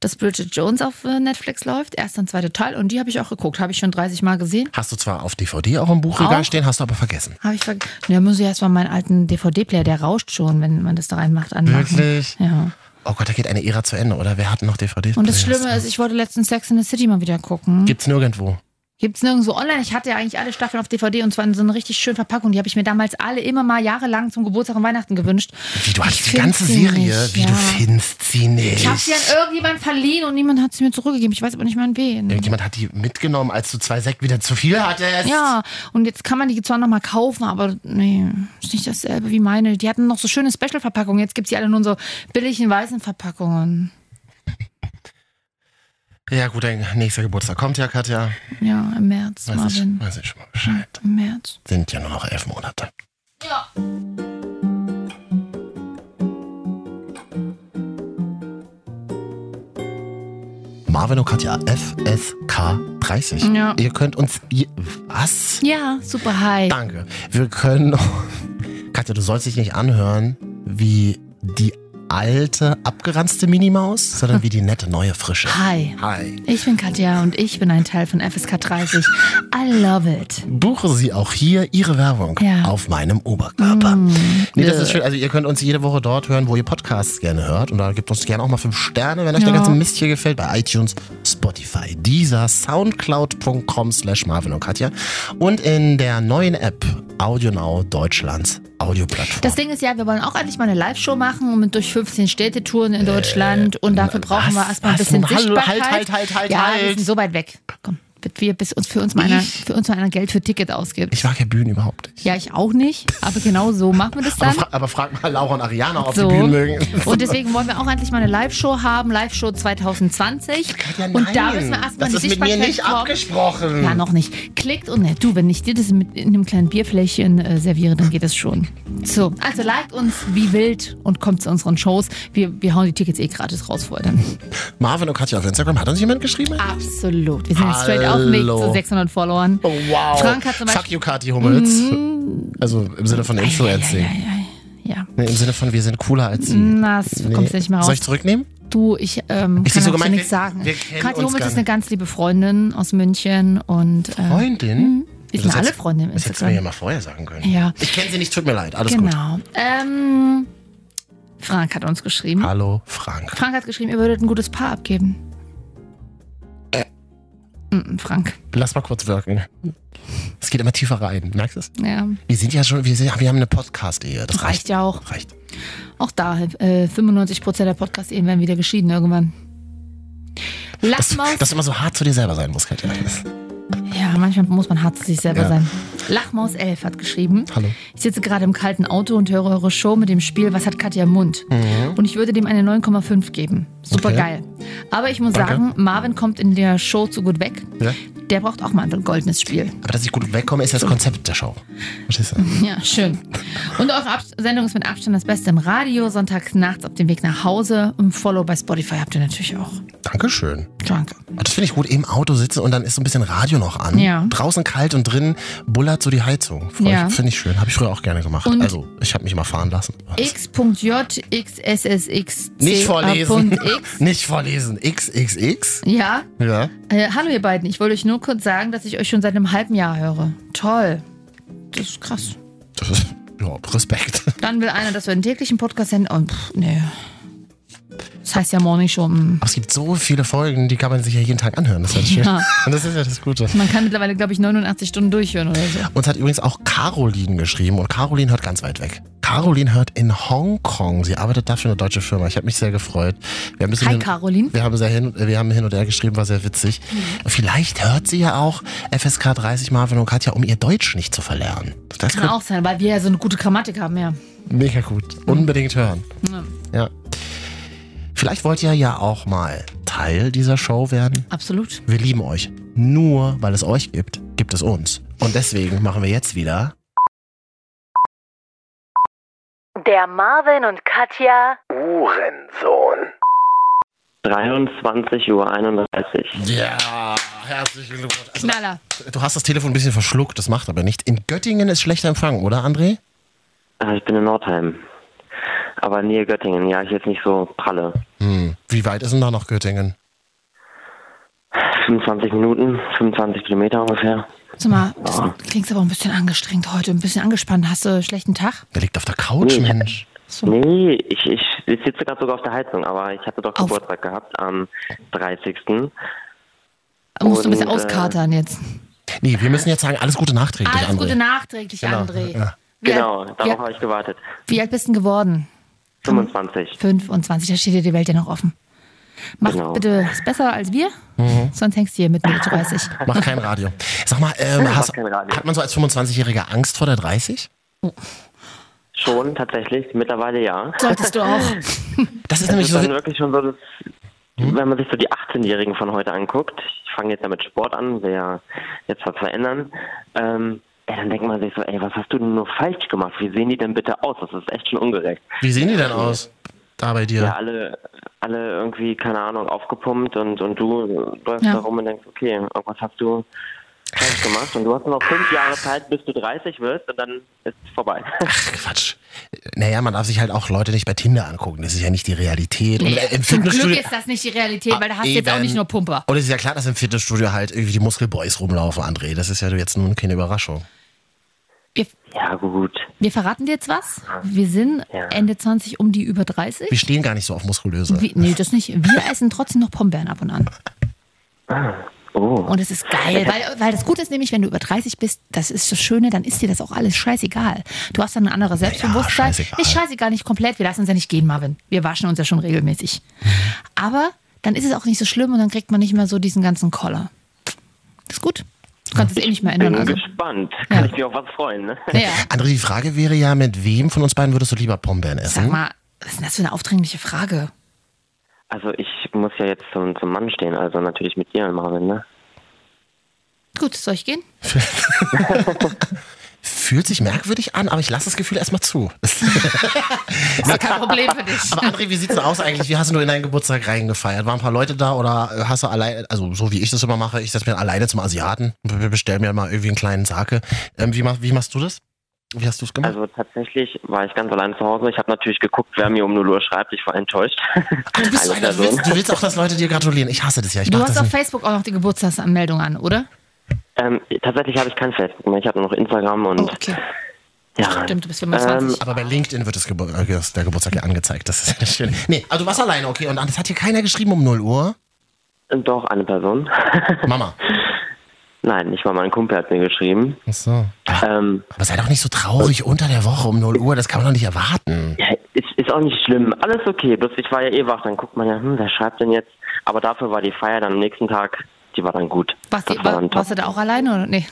dass Bridget Jones auf äh, Netflix läuft, erster und zweiter Teil und die habe ich auch geguckt, habe ich schon 30 Mal gesehen.
hast du zwar auf DVD auch im Buchregal
Auch.
stehen, hast du aber vergessen.
Habe ich vergessen. Da muss ich erstmal meinen alten DVD-Player, der rauscht schon, wenn man das da reinmacht, anmachen.
Wirklich?
Ja.
Oh Gott, da geht eine Ära zu Ende, oder? Wer hat noch DVDs?
Und das Schlimme ist, ich wollte letztens Sex in the City mal wieder gucken.
Oh, Gibt's nirgendwo.
Gibt's nirgendwo online. Ich hatte ja eigentlich alle Staffeln auf DVD und zwar in so einer richtig schönen Verpackung. Die habe ich mir damals alle immer mal jahrelang zum Geburtstag und Weihnachten gewünscht.
Wie, du
Ich
hast die
find
ganze
sie
Serie,
nicht,
wie
ja.
du findest sie nicht.
Ich habe sie an irgendjemand verliehen und niemand hat sie mir zurückgegeben. Ich weiß aber nicht mehr an wen.
Irgendjemand hat die mitgenommen, als du zwei Sekt wieder zu viel hattest.
Ja, und jetzt kann man die zwar nochmal kaufen, aber nee, ist nicht dasselbe wie meine. Die hatten noch so schöne Special-Verpackungen. Jetzt gibt's die alle nur in so billigen weißen Verpackungen.
Ja, gut, dein nächster Geburtstag kommt ja, Katja.
Ja, im März,
Weiß ich,
Marvin.
weiß ich schon mal Bescheid.
Im März.
Sind ja nur noch elf Monate. Ja. Marvin und Katja, FSK 30.
Ja.
Ihr könnt uns. Ihr, was?
Ja, super high.
Danke. Wir können. Katja, du sollst dich nicht anhören wie die alte, abgeranzte Minimaus, sondern wie die nette, neue, frische.
Hi.
Hi.
Ich bin Katja und ich bin ein Teil von FSK 30. I love it.
buche sie auch hier ihre Werbung
Ja. Mm. Äh.
auf meinem Oberkörper. Nee, das ist schön. Also ihr könnt uns jede Woche dort hören, wo ihr Podcasts gerne hört. Und da gebt uns gerne auch mal fünf Sterne, wenn euch der
Ja.
ganze Mist hier gefällt, bei iTunes, Spotify, Deezer, Soundcloud.com slash Marvin und Katja. Und in der neuen App AudioNow Deutschlands Audioplattform.
Das Ding ist ja, wir wollen auch endlich mal eine Live-Show machen und mit durch 15 Städtetouren in Deutschland. Und dafür brauchen wir erstmal ein
Äh, was?
bisschen
Hallo,
Sichtbarkeit.
halt, halt, halt, halt,
ja, wir
halt.
sind so weit weg. Komm. bis wir bis uns für uns mal einer, für uns mal einer Geld für Ticket ausgibt.
Ich mag ja Bühnen überhaupt nicht.
ja, ich auch nicht, aber genau so machen wir das
Aber,
dann.
fra aber frag mal Laura und Ariana, ob
So.
die Bühnen mögen.
Und deswegen wollen wir auch endlich mal eine Live-Show haben, Live-Show 2020. und da müssen wir erstmal
Das
eine
ist mit mir
Sichtbarkeit
nicht
kommen.
abgesprochen.
Ja, noch nicht. Klickt und ne, du, wenn ich dir das mit in einem kleinen Bierfläschchen äh, serviere, dann geht das schon. So, also liked uns wie wild und kommt zu unseren Shows. Wir, wir hauen die Tickets eh gratis raus vorher dann.
Marvin und Katja auf Instagram, hat uns jemand geschrieben?
Absolut. Wir sind jetzt straight auf dem Weg
Hallo.
zu 600 Followern.
Oh, wow.
Frank hat zum Beispiel- Mhm.
Fuck you, Kati Hummels. Also im Sinne von Influencing.
Ja.
Nee, Im Sinne von, wir sind cooler als sie.
Na, das kommst du nicht mehr raus.
Soll ich zurücknehmen?
Du, ich ähm,
Ich
kann
so
dazu
gemeint,
nichts
wir-
sagen.
wir kennen
Kathi
uns
Hummels
gar
ist
nicht.
eine ganz liebe Freundin aus München und äh,
Freundin?
wir
Das
sind alle
hättest-
Freundinnen im
Das hättest du mir ja
Instagram.
mal vorher sagen können.
Ja,
Ich kenne sie nicht, tut mir leid. Alles gut.
genau. Ähm, Frank hat uns geschrieben.
Hallo, Frank.
Frank hat geschrieben, ihr würdet ein gutes Paar abgeben.
Äh.
Mm, Frank.
Lass mal kurz wirken. Es geht immer tiefer rein. Merkst du es?
Ja,
Wir sind ja schon, wir, sind, wir haben eine Podcast-Ehe. Das
das reicht ja auch.
Reicht.
Auch da, äh, 95% der Podcast-Ehen werden wieder geschieden irgendwann. Lass
Dass,
mal.
dass du immer so hart zu dir selber sein musst, Katja. Das-
Ja, manchmal muss man hart zu sich selber
Ja.
sein. Lachmaus 11 hat geschrieben.
Hallo.
Ich sitze gerade im kalten Auto und höre eure Show mit dem Spiel Was hat Katja im Mund?
Mhm.
Und ich würde dem eine 9,5 geben. Super geil. Aber ich muss
Danke.
sagen, Marvin kommt in der Show zu gut weg.
Ja.
Der braucht auch mal ein goldenes Spiel.
Aber dass ich gut wegkomme, ist das Konzept der Show. Verstehst du?
Ja, schön. Und eure Ab Sendung ist mit Abstand das Beste im Radio, sonntags nachts auf dem Weg nach Hause. Und Follow bei Spotify habt ihr natürlich auch.
Dankeschön.
Danke.
Ah, Das finde ich gut, im Auto sitzen und dann ist so ein bisschen Radio noch an.
Ja.
Draußen kalt und drin bullert so die Heizung. Freu-
Ja.
Finde ich schön. Habe ich früher auch gerne gemacht.
Und-
also, ich habe mich immer fahren lassen.
X.J, XSSX,
Nicht vorlesen.
X.
Nicht vorlesen. XXX.
Ja,
Ja.
Äh, hallo ihr beiden, ich wollte euch nur kurz sagen, dass ich euch schon seit einem halben Jahr höre. Toll. Das ist krass.
Das ist, ja, Respekt.
Dann will einer, dass wir einen täglichen Podcast senden. Oh, pff, nee. Das heißt ja Morning Show. mm.
Aber es gibt so viele Folgen, die kann man sich ja jeden Tag anhören. Das ist halt schön.
Ja.
Und das ist ja das Gute.
Man kann mittlerweile, glaube ich, 89 Stunden durchhören oder so.
Uns hat übrigens auch Caroline geschrieben und Caroline hört ganz weit weg. Caroline hört in Hongkong. Sie arbeitet dafür in einer deutschen Firma. Ich habe mich sehr gefreut. Wir haben ein bisschen
Hi
hin-
Caroline. Mhm.
Wir haben, sehr hin, äh, wir haben hin und her geschrieben, war sehr witzig. Vielleicht hört sie ja auch FSK 30 Marvin und Katja, um ihr Deutsch nicht zu verlernen. Das
Kann
könnte
auch sein, weil wir ja so eine gute Grammatik haben, ja.
mega gut. Unbedingt hören. Ja. Vielleicht wollt ihr ja auch mal Teil dieser Show werden.
Absolut.
Wir lieben euch. Nur weil es euch gibt, gibt es uns. Und deswegen machen wir jetzt wieder
Der Marvin und Katja
23.31 Uhr.
Ja, herzlichen Glückwunsch. Also,
Knaller.
du hast das Telefon ein bisschen verschluckt, das macht aber nichts. In Göttingen ist schlechter Empfang, oder André?
Ah, Ich bin in Nordheim. Aber Nähe Göttingen, ja, ich jetzt nicht so pralle.
Hm. Wie weit ist denn da noch Göttingen?
25 Minuten, 25 Kilometer ungefähr.
Sag mal, das klingt aber ein bisschen angestrengt heute, ein bisschen angespannt. Hast du einen schlechten Tag?
Der liegt auf der Couch,
Nee.
Mensch.
Nee, ich, ich, ich sitze gerade sogar auf der Heizung, aber ich hatte doch
Auf.
Geburtstag gehabt am 30.
Musst du ein bisschen
Und, äh,
auskatern jetzt.
Nee, wir müssen jetzt sagen, alles Gute nachträglich,
Alles
André.
Gute nachträglich, André. Wie
Genau,
alt-
darauf
wie,
habe ich gewartet.
wie alt bist du denn geworden?
25.
25, da steht dir die Welt ja noch offen. Mach
Genau. Mhm.
bitte es besser als wir, sonst hängst du hier mit mir 30.
Mach kein Radio. Sag mal, ähm,
mach
hast,
kein Radio.
hat man so als 25-Jähriger Angst vor der 30?
Schon, tatsächlich, mittlerweile ja.
Solltest du auch.
Das ist
Das
nämlich
ist
so. Hm?
dann wirklich schon so, dass, wenn man sich so die 18-Jährigen von heute anguckt, ich fange jetzt damit Sport an, will ja jetzt was verändern, ähm, ey, dann denkt man sich so, ey, was hast du denn nur falsch gemacht? Wie sehen die denn bitte aus? Das ist echt schon ungerecht.
Wie sehen die denn aus? Da bei dir.
Ja, alle, alle irgendwie, keine Ahnung, aufgepumpt und, und du läufst
Ja.
da rum und denkst, okay, irgendwas hast du falsch gemacht und du hast noch fünf Jahre Zeit, bis du 30 wirst und dann ist es vorbei.
Ach, Quatsch. Naja, man darf sich halt auch Leute nicht bei Tinder angucken. Das ist ja nicht die Realität. Und, äh, im
Zum Glück
Fitnessstudio-
ist das nicht die Realität, weil da hast du
Eben.
jetzt auch nicht nur Pumper.
Ah, Und es ist ja klar, dass im Fitnessstudio halt irgendwie die Muskelboys rumlaufen, André. Das ist ja jetzt nun keine Überraschung.
Wir,
ja, gut.
wir verraten dir jetzt was. Wir sind
Ja.
Ende 20 um die über 30.
Wir stehen gar nicht so auf Muskulöse.
Wie, nee, das nicht. Wir essen trotzdem noch Pombeeren ab und an.
Oh.
Und es ist geil, weil, weil das Gute ist nämlich, wenn du über 30 bist, das ist das Schöne, dann ist dir das auch alles scheißegal. Du hast dann ein anderes Selbstbewusstsein.
scheißegal.
Nicht scheißegal, nicht komplett. Wir lassen uns ja nicht gehen, Marvin. Wir waschen uns ja schon regelmäßig. Aber dann ist es auch nicht so schlimm und dann kriegt man nicht mehr so diesen ganzen Koller. Ist gut. Du kannst es eh nicht mehr ändern.
Bin
Also.
gespannt. Kann ich mich auf was freuen, ne?
André, die Frage wäre ja, mit wem von uns beiden würdest du lieber Pombeeren essen?
Sag mal, was ist denn das für eine aufdringliche Frage?
Also ich muss ja jetzt zum, zum Mann stehen, also natürlich mit dir, Marvin, ne?
Gut, soll ich gehen?
Fühlt sich merkwürdig an, aber ich lasse das Gefühl erstmal zu.
Ist doch kein Problem für dich.
Aber André, wie sieht's denn aus eigentlich? Wie hast du in deinen Geburtstag reingefeiert? Waren ein paar Leute da oder hast du allein, also so wie ich das immer mache, ich setze mir alleine zum Asiaten, b- bestell mir mal irgendwie einen kleinen Sake. Ähm, wie, mach, wie machst du das? Wie hast du es gemacht?
Also tatsächlich war ich ganz allein zu Hause. Ich habe natürlich geguckt, wer mir um 0 Uhr schreibt. Ich war enttäuscht.
du bist so
Eine
einer, du
Person.
willst, du willst auch, dass Leute dir gratulieren. Ich hasse das ja. Ich
Du
mach
hast
das
auf
nicht.
Facebook auch noch die Geburtstagsanmeldung an, oder?
Ähm, tatsächlich habe ich kein Facebook mehr. Ich habe nur noch Instagram
Oh,
und ja.
Stimmt, du bist
Oh, Ähm,
25.
aber bei LinkedIn wird das Gebur äh, das- der Geburtstag ja angezeigt. Das ist ja schön. Nee, also du warst alleine, okay. Und das hat dir keiner geschrieben um 0 Uhr.
Doch, eine Person.
Mama.
Nein, nicht mal mein Kumpel hat mir geschrieben.
Ach so.
Ähm,
Aber sei doch nicht so traurig unter der Woche um 0 Uhr. Das kann man doch nicht erwarten.
ja, ist, ist auch nicht schlimm. Alles okay. Bloß ich war ja eh wach. Dann guckt man ja, hm, wer schreibt denn jetzt? Aber dafür war die Feier dann am nächsten Tag, die war dann gut.
Warst, du,
Das war
war,
dann
warst
top.
du da auch alleine oder? Nee.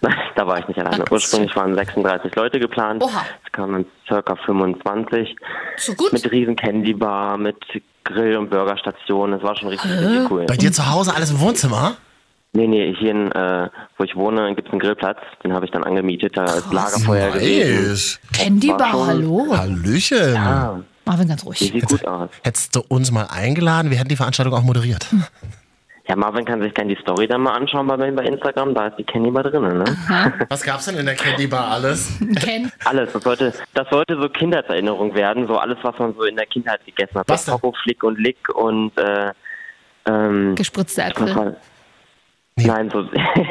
Nein, da war ich nicht alleine. Ursprünglich waren 36 Leute geplant.
Oha.
Es kamen circa 25.
So gut.
Mit riesen Candy Bar, mit Grill- und Burgerstation. Das war schon richtig, richtig cool.
Bei dir zu Hause alles im Wohnzimmer?
Nee, nee, hier, in, äh, wo ich wohne, gibt es einen Grillplatz. Den habe ich dann angemietet. Da ist Lagerfeuer gewesen.
Nice.
Candy
War
Bar,
schon-
hallo.
Hallöchen.
Ah,
Marvin, ganz
die
ruhig.
sieht gut aus.
Hättest du uns mal eingeladen, wir hätten die Veranstaltung auch moderiert.
Ja, Marvin kann sich gerne die Story dann mal anschauen bei mir bei Instagram. Da ist die Candy Bar drin, ne?
Was gab's denn in der Candy Bar alles?
Ken,
Alles. Das sollte, das sollte so Kindheitserinnerung werden. So alles, was man so in der Kindheit gegessen hat.
Was denn?
Schoko, Flick und Lick und, äh, ähm,
gespritzte
Was
Äpfel.
war das? Nein, so,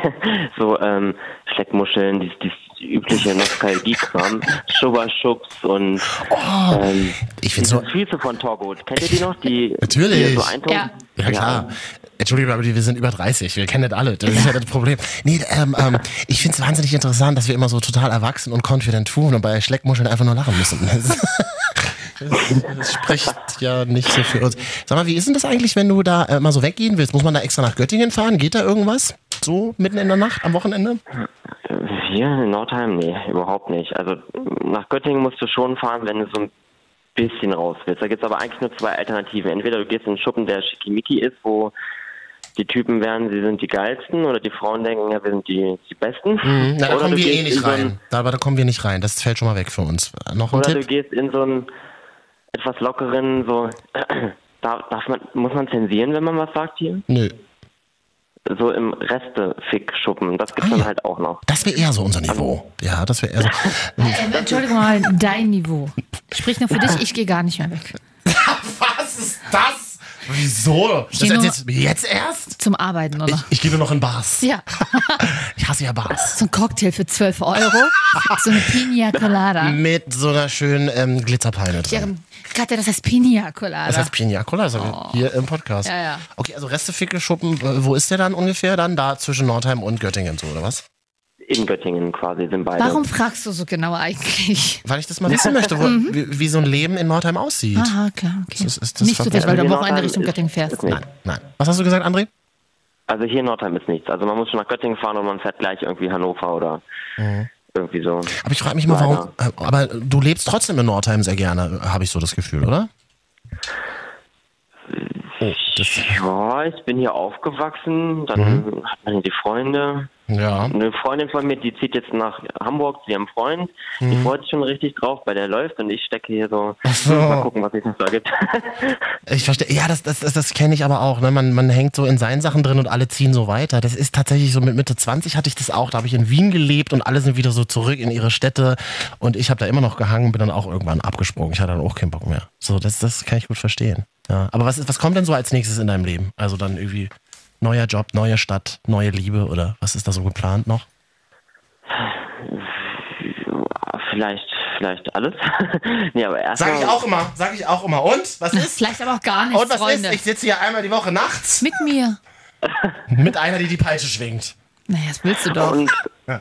so ähm, Schleckmuscheln, dieses, dieses übliche Nostalgie-Kram, Schubberschubs und ähm,
Oh, Ich find's
diese
so.
Füße von Torgut. Kennt ihr die noch? Die,
Natürlich.
Die so eintauchen?
Ja.
Ja, klar. Entschuldigung, aber wir sind über 30. Wir kennen das alle. Das ist ja das Problem. Nee, ähm, ähm, ich find's wahnsinnig interessant, dass wir immer so total erwachsen und confident tun und bei Schleckmuscheln einfach nur lachen müssen. Das, das spricht ja nicht so für uns. Sag mal, wie ist denn das eigentlich, wenn du da äh, mal so weggehen willst? Muss man da extra nach Göttingen fahren? Geht da irgendwas? So mitten in der Nacht, am Wochenende?
Hier in Nordheim? Nee, überhaupt nicht. Also nach Göttingen musst du schon fahren, wenn du so ein bisschen raus willst. Da gibt es aber eigentlich nur zwei Alternativen. Entweder du gehst in einen Schuppen, der schickimicki ist, wo die Typen werden, sie sind die geilsten oder die Frauen denken, ja, wir sind die, die Besten.
Na, da
oder
kommen
du
wir eh
gehst in
nicht
so einen-
rein. Da, aber da kommen wir nicht rein. Das fällt schon mal weg für uns. Äh, Noch ein
Oder du
Tipp?
gehst in so einen etwas lockeren, so darf, darf man, muss man zensieren, wenn man was sagt hier?
Nö.
So im Reste-Fick-Schuppen. Das gibt's
Ah,
dann
ja.
halt auch noch.
Das wäre eher so unser Niveau. Ja, das wäre eher so.
Ähm, Entschuldigung mal, dein Niveau. Sprich nur für dich, ich gehe gar nicht mehr weg.
Was ist das? Wieso? Das
geh nur-
erzählst du mir jetzt erst?
Zum Arbeiten, oder?
Ich, ich gehe nur noch in Bars.
ja.
Ich hasse ja Bars.
So ein Cocktail für 12 Euro. So eine Pina Colada.
Mit so einer schönen ähm, Glitzerpeine drin.
Deren- Katja, das heißt Pina Colada.
Das heißt Pina Colada sagen wir hier im Podcast.
Oh. Ja, ja.
Okay, also Resteficke Schuppen, äh, wo ist der dann ungefähr? Dann da zwischen Nordheim und Göttingen so, oder was?
In Göttingen quasi sind beide.
Warum fragst du so genau eigentlich?
Weil ich das mal wissen möchte, wo, wie, wie so ein Leben in Nordheim aussieht.
Mhm. Aha, klar, okay.
Ist das- ist das
nicht so
verkehrt?
dich, weil du am
Also
Wochenende
Nordheim
Richtung
ist-
Göttingen fährst.
ist nicht.
Nein, nein. Was hast du gesagt, André?
Also hier in Nordheim ist nichts. Also man muss schon nach Göttingen fahren und man fährt gleich irgendwie Hannover oder
Mhm.
irgendwie so.
Aber ich frage mich mal, warum. äh, Aber du lebst trotzdem in Nordheim sehr gerne, habe ich so das Gefühl, oder? Oh, das, Mhm.
Ja, ich bin hier aufgewachsen, dann hat man hier die Freunde.
ja.
Eine Freundin von mir, die zieht jetzt nach Hamburg zu ihrem Freund. Die freut sich schon richtig drauf, bei der läuft und ich stecke hier so.
Mhm. so.
Mal gucken, was sich noch da gibt.
Ich verstehe. Ja, das, das, das, das kenne ich aber auch. Ne? Man, man hängt so in seinen Sachen drin und alle ziehen so weiter. Das ist tatsächlich so mit Mitte 20 hatte ich das auch. Da habe ich in Wien gelebt und alle sind wieder so zurück in ihre Städte. Und ich habe da immer noch gehangen und bin dann auch irgendwann abgesprungen. Ich hatte dann auch keinen Bock mehr. So, das, das kann ich gut verstehen. Ja. Aber was, ist, was kommt denn so als nächstes in deinem Leben? Also dann irgendwie neuer Job, neue Stadt, neue Liebe oder was ist da so geplant noch?
vielleicht, vielleicht alles. nee, aber erstmal.
immer, sag ich auch immer. Und? Was
Vielleicht aber auch gar nicht, Freunde.
sitze hier einmal die Woche nachts
Mit mir.
mit einer, die die Peitsche schwingt.
Naja, das willst du doch.
Und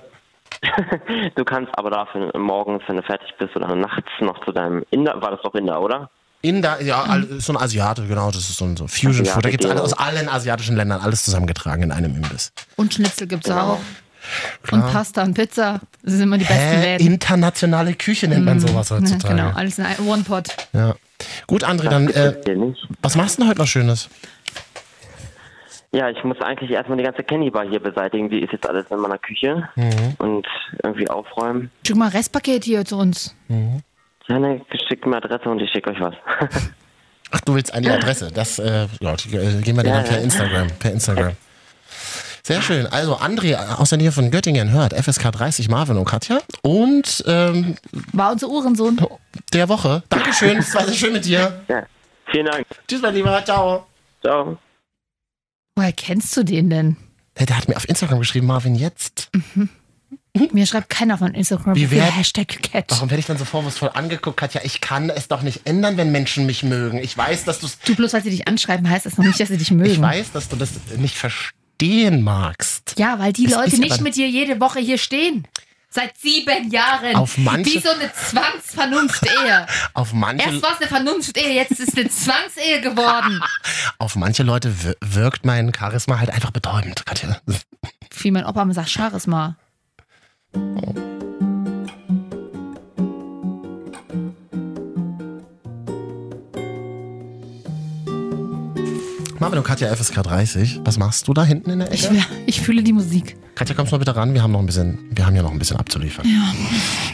du kannst aber dafür morgens, wenn du fertig bist oder nachts noch zu deinem Inder, war das doch Inder, oder?
Inder, ja, al- ist so ein Asiate, genau, das ist so ein so Fusion
Asiate,
Food. Da gibt es
genau.
aus allen asiatischen Ländern alles zusammengetragen in einem Imbiss.
Und Schnitzel gibt's auch. Und Pasta und Pizza. Das sind immer die besten
Genau. Hä?
Läden.
Internationale Küche nennt man
Mm,
sowas heutzutage.
Genau, alles in ein- One-Pot.
Ja. Gut, André, dann äh, was machst du denn heute noch Schönes?
Ja, ich muss eigentlich erstmal die ganze Candy Bar hier beseitigen. Die ist jetzt alles in meiner Küche
Mhm.
und irgendwie aufräumen.
Schick mal Restpaket hier zu uns.
Janne, geschickt mir Adresse und ich schicke euch was.
Ach, du willst an die Adresse. Das, äh, ja, die- äh, gehen wir dir
Ja,
dann per
ja.
Instagram. Per Instagram. Sehr schön. Also André aus der Nähe von Göttingen hört FSK 30 Marvin und Katja. Und ähm,
war unser Uhrensohn
Oh. der Woche. Dankeschön. Es war sehr schön mit dir.
Ja. Vielen Dank.
Tschüss, mein Lieber. Ciao.
Ciao.
Woher kennst du den denn?
Hey, der hat mir auf Instagram geschrieben, Marvin, jetzt.
Mir schreibt keiner von Instagram.
Wie wär-
Hashtag Catch.
Warum werde ich dann so vorwurfsvoll angeguckt, Katja? Ich kann es doch nicht ändern, wenn Menschen mich mögen. Ich weiß, dass du es
Du bloß, weil sie dich anschreiben, heißt das noch nicht, dass sie dich mögen.
Ich weiß, dass du das nicht verstehen magst.
Ja, weil die
Es
Leute
ist
nicht
aber-
mit dir jede Woche hier stehen. Seit sieben Jahren.
Auf manche-
Wie so eine Zwangsvernunft-Ehe.
Auf manche,
Erst war es eine Vernunft-Ehe, jetzt ist es eine Zwangsehe geworden.
auf manche Leute wir- wirkt mein Charisma halt einfach betäubend, Katja.
Wie mein Opa mir sagt, schares mal.
Marvin und Katja FSK 30, was machst du da hinten in der
Ich,
Ecke?
ich fühle die Musik.
Katja, kommst du mal bitte ran? Wir haben noch ein bisschen, wir haben ja noch ein bisschen abzuliefern.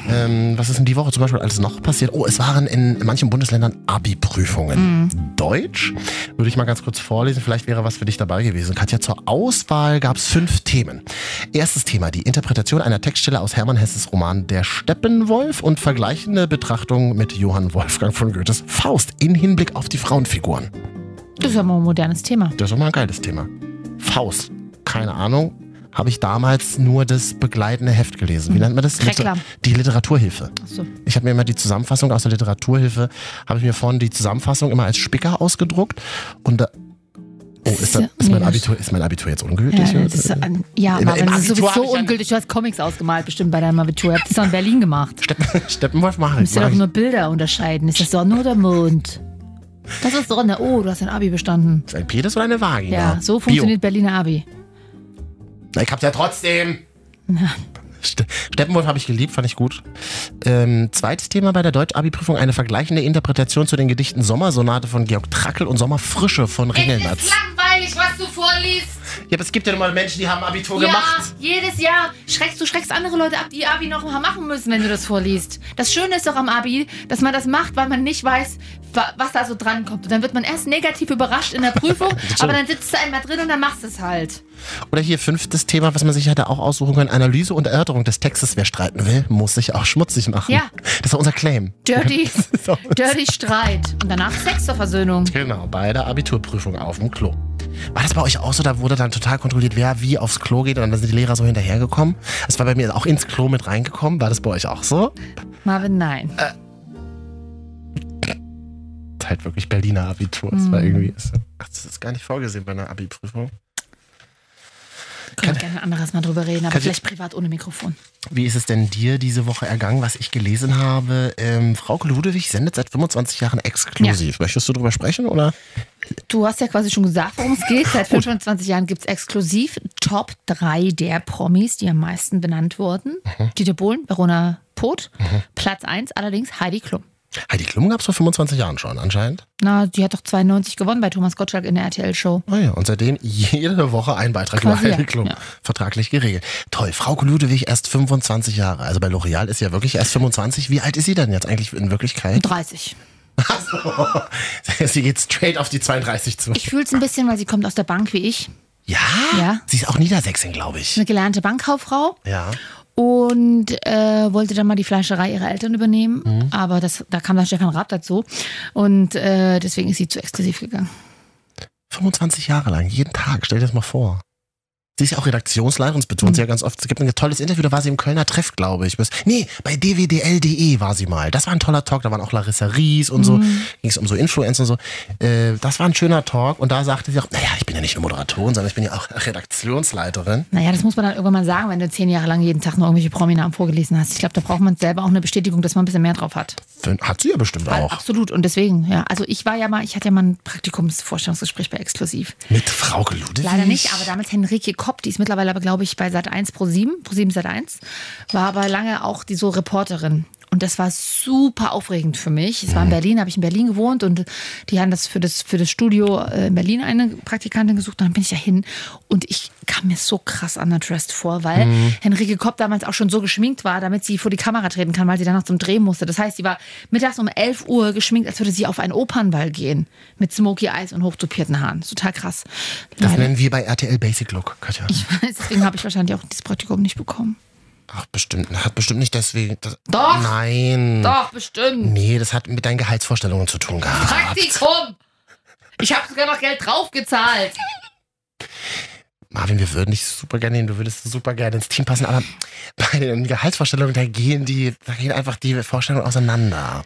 Ähm, was ist denn die Woche zum Beispiel alles noch passiert? Oh, es waren in manchen Bundesländern Abi-Prüfungen. Deutsch würde ich mal ganz kurz vorlesen. Vielleicht wäre was für dich dabei gewesen. Katja, zur Auswahl gab es fünf Themen. Erstes Thema, die Interpretation einer Textstelle aus Hermann Hesses Roman Der Steppenwolf und vergleichende Betrachtung mit Johann Wolfgang von Goethes Faust in Hinblick auf die Frauenfiguren.
Das ist ja mal ein modernes Thema.
Das ist doch mal ein geiles Thema. Faust. Keine Ahnung. Habe ich damals nur das begleitende Heft gelesen. Wie
Hm.
nennt man das?
Reklam.
die Literaturhilfe.
Achso.
Ich habe mir immer die Zusammenfassung aus der Literaturhilfe, habe ich mir vorne die Zusammenfassung immer als Spicker ausgedruckt und da, Oh, ist, da,
Ja,
ist, mein
nee,
Abitur, ist mein Abitur jetzt
Ja,
ungültig?
das ist, an- ja
Im-
aber
im
das ist
Abitur hab ich
sowieso
ja-
ungültig. Du hast Comics ausgemalt, bestimmt bei deinem Abitur. Ihr habt das doch in Berlin gemacht.
Steppen, Steppenwolf mache
Du
ich.
musst ja
Mach
doch
ich.
nur Bilder unterscheiden. Ist das Sonne oder Mond? Das ist Sonne. Oh, du hast dein Abi bestanden.
Ist ein Penis oder eine Vagina?
Ja, so funktioniert Berliner Abi.
Bio. Na, Ich hab's ja trotzdem. Ste Steppenwolf habe ich geliebt, fand ich gut. Ähm, zweites Thema bei der Deutsch-Abi-Prüfung: eine vergleichende Interpretation zu den Gedichten Sommersonate von Georg Trakl und Sommerfrische von Ringelnatz.
langweilig, was du vorliest.
Ja, aber es gibt ja nun mal Menschen, die haben Abitur gemacht.
jedes Jahr. Schreckst, du schreckst andere Leute ab, die Abi noch mal machen müssen, wenn du das vorliest. Das Schöne ist doch am Abi, dass man das macht, weil man nicht weiß, wa- was da so dran kommt. Und dann wird man erst negativ überrascht in der Prüfung, aber dann sitzt du einmal drin und dann machst du es halt.
Oder hier fünftes Thema, was man sich hätte auch aussuchen können: Analyse und Erörterung des Textes. Wer streiten will, muss sich auch schmutzig machen.
Ja.
Das war unser Claim.
Dirty, dirty Streit. Und danach Sex zur Versöhnung.
Genau, bei der Abiturprüfung auf dem Klo. War das bei euch auch so? Da wurde dann total kontrolliert, wer wie aufs Klo geht und dann sind die Lehrer so hinterhergekommen. Das war bei mir auch ins Klo mit reingekommen. War das bei euch auch so?
Marvin, nein.
ist halt wirklich Berliner Abitur. Das war irgendwie. Ist, ach, das ist gar nicht vorgesehen bei einer Abi-Prüfung.
Können wir gerne ein anderes Mal drüber reden, aber
Kann-
vielleicht privat ohne Mikrofon.
Wie ist es denn dir diese Woche ergangen, was ich gelesen habe? Ähm, Frau Ludewig sendet seit 25 Jahren exklusiv. Möchtest du drüber sprechen oder?
Du hast ja quasi schon gesagt, worum es geht. Seit 25 Jahren gibt es exklusiv Top 3 der Promis, die am meisten benannt wurden. Dieter Bohlen, Verona Poth. Platz 1 allerdings Heidi Klum.
Heidi Klum gab es vor 25 Jahren schon anscheinend.
Na, die hat doch 92 gewonnen bei Thomas Gottschalk in der RTL-Show.
Oh ja, und seitdem jede Woche ein Beitrag
Quasi,
über Heidi
ja.
Klum.
Ja.
Vertraglich geregelt. Toll, Frau Ludewig erst 25 Jahre. Also bei L'Oreal ist sie ja wirklich erst 25. Wie alt ist sie denn jetzt eigentlich in Wirklichkeit?
30.
Also, sie geht straight auf die 32 zu.
Ich fühle es ein bisschen, weil sie kommt aus der Bank wie ich.
Ja?
Ja.
Sie ist auch Niedersächsin, glaube ich.
Eine gelernte Bankkauffrau.
Ja.
und äh, wollte dann mal die Fleischerei ihrer Eltern übernehmen. Aber das, da kam dann Stefan Raab dazu und äh, deswegen ist sie zu exklusiv gegangen.
25 Jahre lang, jeden Tag. Stell dir das mal vor. Sie ist ja auch Redaktionsleiterin, das betont sie
Mhm.
ja ganz oft. Es gibt ein tolles Interview, da war sie im Kölner Treff, glaube ich. Nee, bei dwdl.de E war sie mal. Das war ein toller Talk, da waren auch Larissa Ries und so.
Mhm.
Ging es um so Influencer und so. Äh, das war ein schöner Talk und da sagte sie auch, naja, ich bin ja nicht nur Moderatorin, sondern ich bin ja auch Redaktionsleiterin.
Naja, das muss man dann irgendwann mal sagen, wenn du zehn Jahre lang jeden Tag nur irgendwelche Prominamen vorgelesen hast. Ich glaube, da braucht man selber auch eine Bestätigung, dass man ein bisschen mehr drauf hat.
Hat sie ja bestimmt
Weil-
auch.
Absolut. Und deswegen, ja. Also ich war ja mal, ich hatte ja mal ein Praktikumsvorstellungsgespräch bei Exklusiv.
Mit Frauke Ludewig?
Leider nicht, aber damals Henrike Kopp, die ist mittlerweile aber, glaube ich, bei Sat 1 Pro 7, Pro 7 Sat 1, war aber lange auch die so Reporterin. Und das war super aufregend für mich. Es war in Berlin, habe ich in Berlin gewohnt und die haben das für das, für das Studio äh, in Berlin eine Praktikantin gesucht. Und dann bin ich da hin und ich kam mir so krass underdressed vor, weil
Mhm.
Henrike Kopp damals auch schon so geschminkt war, damit sie vor die Kamera treten kann, weil sie danach zum Dreh musste. Das heißt, sie war mittags um 11 Uhr geschminkt, als würde sie auf einen Opernball gehen. Mit Smoky Eyes und hochtopierten Haaren. Total krass.
Das
Leider.
nennen wir bei RTL Basic Look, Katja.
Ich weiß, deswegen habe ich wahrscheinlich auch dieses Praktikum nicht bekommen.
Ach, bestimmt. Hat bestimmt nicht deswegen. Das,
Doch.
Nein.
Doch, bestimmt.
Nee, das hat mit deinen Gehaltsvorstellungen zu tun gehabt.
Praktikum! Ich habe sogar noch Geld draufgezahlt.
Marvin, wir würden dich super gerne nehmen, du würdest super gerne ins Team passen, aber bei den Gehaltsvorstellungen, da gehen die, da gehen einfach die Vorstellungen auseinander.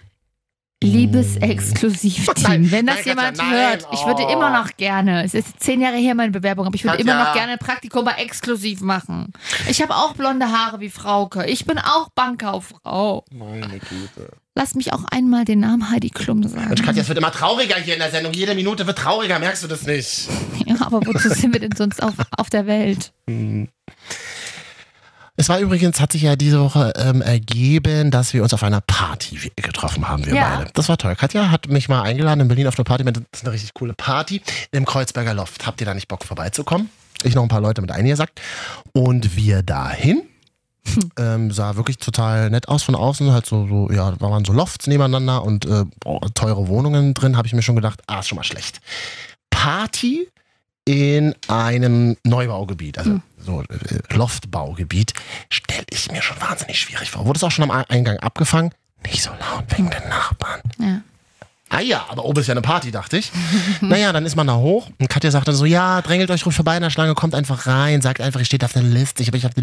Liebes Exklusivteam, wenn das
Mm. nein,
jemand
Katja, nein.
hört,
oh.
ich würde immer noch gerne, es ist zehn Jahre her meine Bewerbung, aber ich würde
Katja.
immer noch gerne Praktikum bei Exklusiv machen. Ich habe auch blonde Haare wie Frauke. Ich bin auch Bankkauffrau.
Meine Güte.
Lass mich auch einmal den Namen Heidi Klum sagen.
Mensch, Katja, es wird immer trauriger hier in der Sendung. Jede Minute wird trauriger, merkst du das nicht?
Ja, aber wozu sind wir denn sonst auf, auf der Welt?
Es war übrigens, hat sich ja diese Woche ähm, ergeben, dass wir uns auf einer Party getroffen haben, wir
Ja.
beide. Das war toll. Katja hat mich mal eingeladen in Berlin auf eine Party. Meinte, Das ist eine richtig coole Party im Kreuzberger Loft. Habt ihr da nicht Bock vorbeizukommen? Ich noch ein paar Leute mit eingesackt. Und wir dahin. Ähm, sah wirklich total nett aus von außen, halt so, so ja, da waren so Lofts nebeneinander und äh, boah, teure Wohnungen drin, habe ich mir schon gedacht, ah, ist schon mal schlecht. Party in einem Neubaugebiet, also so äh, Loftbaugebiet, stelle ich mir schon wahnsinnig schwierig vor. Wurde es auch schon am A- Eingang abgefangen? Nicht so laut wegen den Nachbarn.
Ja.
Ah ja, aber oben ist ja eine Party, dachte ich. naja, dann ist man da hoch und Katja sagt dann so, ja, drängelt euch ruhig vorbei in der Schlange, kommt einfach rein, sagt einfach, ich steht auf der Liste, ich habe ich auf die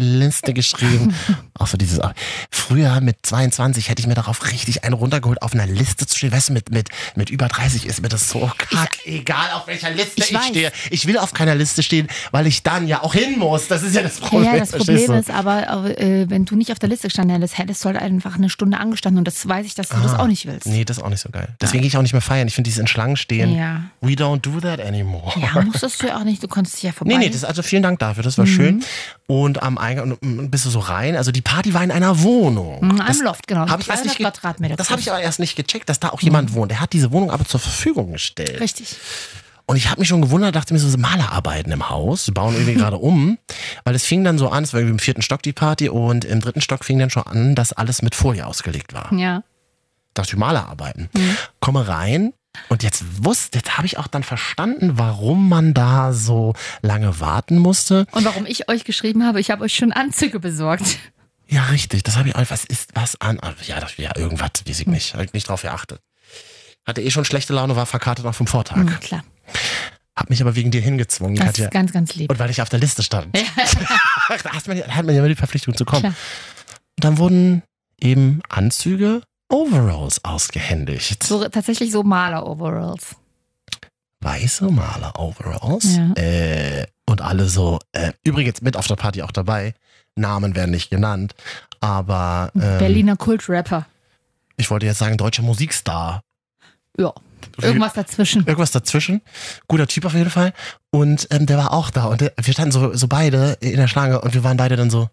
Liste geschrieben. auch so dieses, ah. früher mit 22 hätte ich mir darauf richtig einen runtergeholt, auf einer Liste zu stehen. Weißt du, mit, mit, mit über 30 ist mir das so kack, egal auf welcher Liste ich, stehe. Ich will auf keiner Liste stehen, weil ich dann ja auch hin muss. Das ist ne? ja das Problem.
ja, das
verstehst
Problem ist
du?
aber, aber, äh, wenn du nicht auf der Liste gestanden hättest, hättest du halt einfach eine Stunde angestanden und das weiß ich, dass du das
Ah.
auch nicht willst.
Nee, das ist auch nicht so geil. Deswegen gehe ich auch nicht mehr feiern. Ich finde dieses in Schlangen stehen.
Ja.
We don't do that anymore.
Ja, musstest du ja auch nicht, du konntest dich ja vorbei.
Nee, nee, das, also vielen Dank dafür, das war
Mhm.
schön. Und am Eingang mm, bist du so rein. Also die Party war in einer Wohnung.
Mhm, einem
Das
Loft, genau.
Hab ich erst
300
nicht ge-
Quadratmeter
das
groß.
habe ich aber erst nicht gecheckt, dass da auch jemand wohnt. Der hat diese Wohnung aber zur Verfügung gestellt.
Mhm. Richtig.
Und ich habe mich schon gewundert, dachte mir so, Malerarbeiten im Haus, sie bauen irgendwie gerade um. Weil es fing dann so an, es war irgendwie im vierten Stock die Party und im dritten Stock fing dann schon an, dass alles mit Folie ausgelegt war
Ja.
dachte ich, Malerarbeiten.
Mhm.
Komme rein und jetzt wusste, jetzt habe ich auch dann verstanden, warum man da so lange warten musste.
Und warum ich euch geschrieben habe, ich habe euch schon Anzüge besorgt.
Ja, richtig, das habe ich auch, was ist was an? Ah, Ja, das, ja irgendwas, weiß ich nicht, habe ich nicht drauf geachtet. Hatte eh schon schlechte Laune, war verkartet auch vom Vortag.
Mhm, klar.
Hab mich aber wegen dir hingezwungen,
Das
Katja.
ist ganz, ganz lieb.
Und weil ich auf der Liste stand. da hat man, hat man ja immer die Verpflichtung zu kommen.
Klar.
Und dann wurden eben Anzüge, Overalls ausgehändigt.
So, tatsächlich so Maler-Overalls.
weiße Maler-Overalls.
Ja.
Äh, und alle so, äh, übrigens mit auf der Party auch dabei. Namen werden nicht genannt, aber ähm,
Berliner Kultrapper.
ich wollte jetzt sagen, deutscher Musikstar.
Ja. Irgendwas dazwischen.
Irgendwas dazwischen. Guter Typ auf jeden Fall. Und ähm, der war auch da. Und der, wir standen so, so beide in der Schlange und wir waren beide dann so.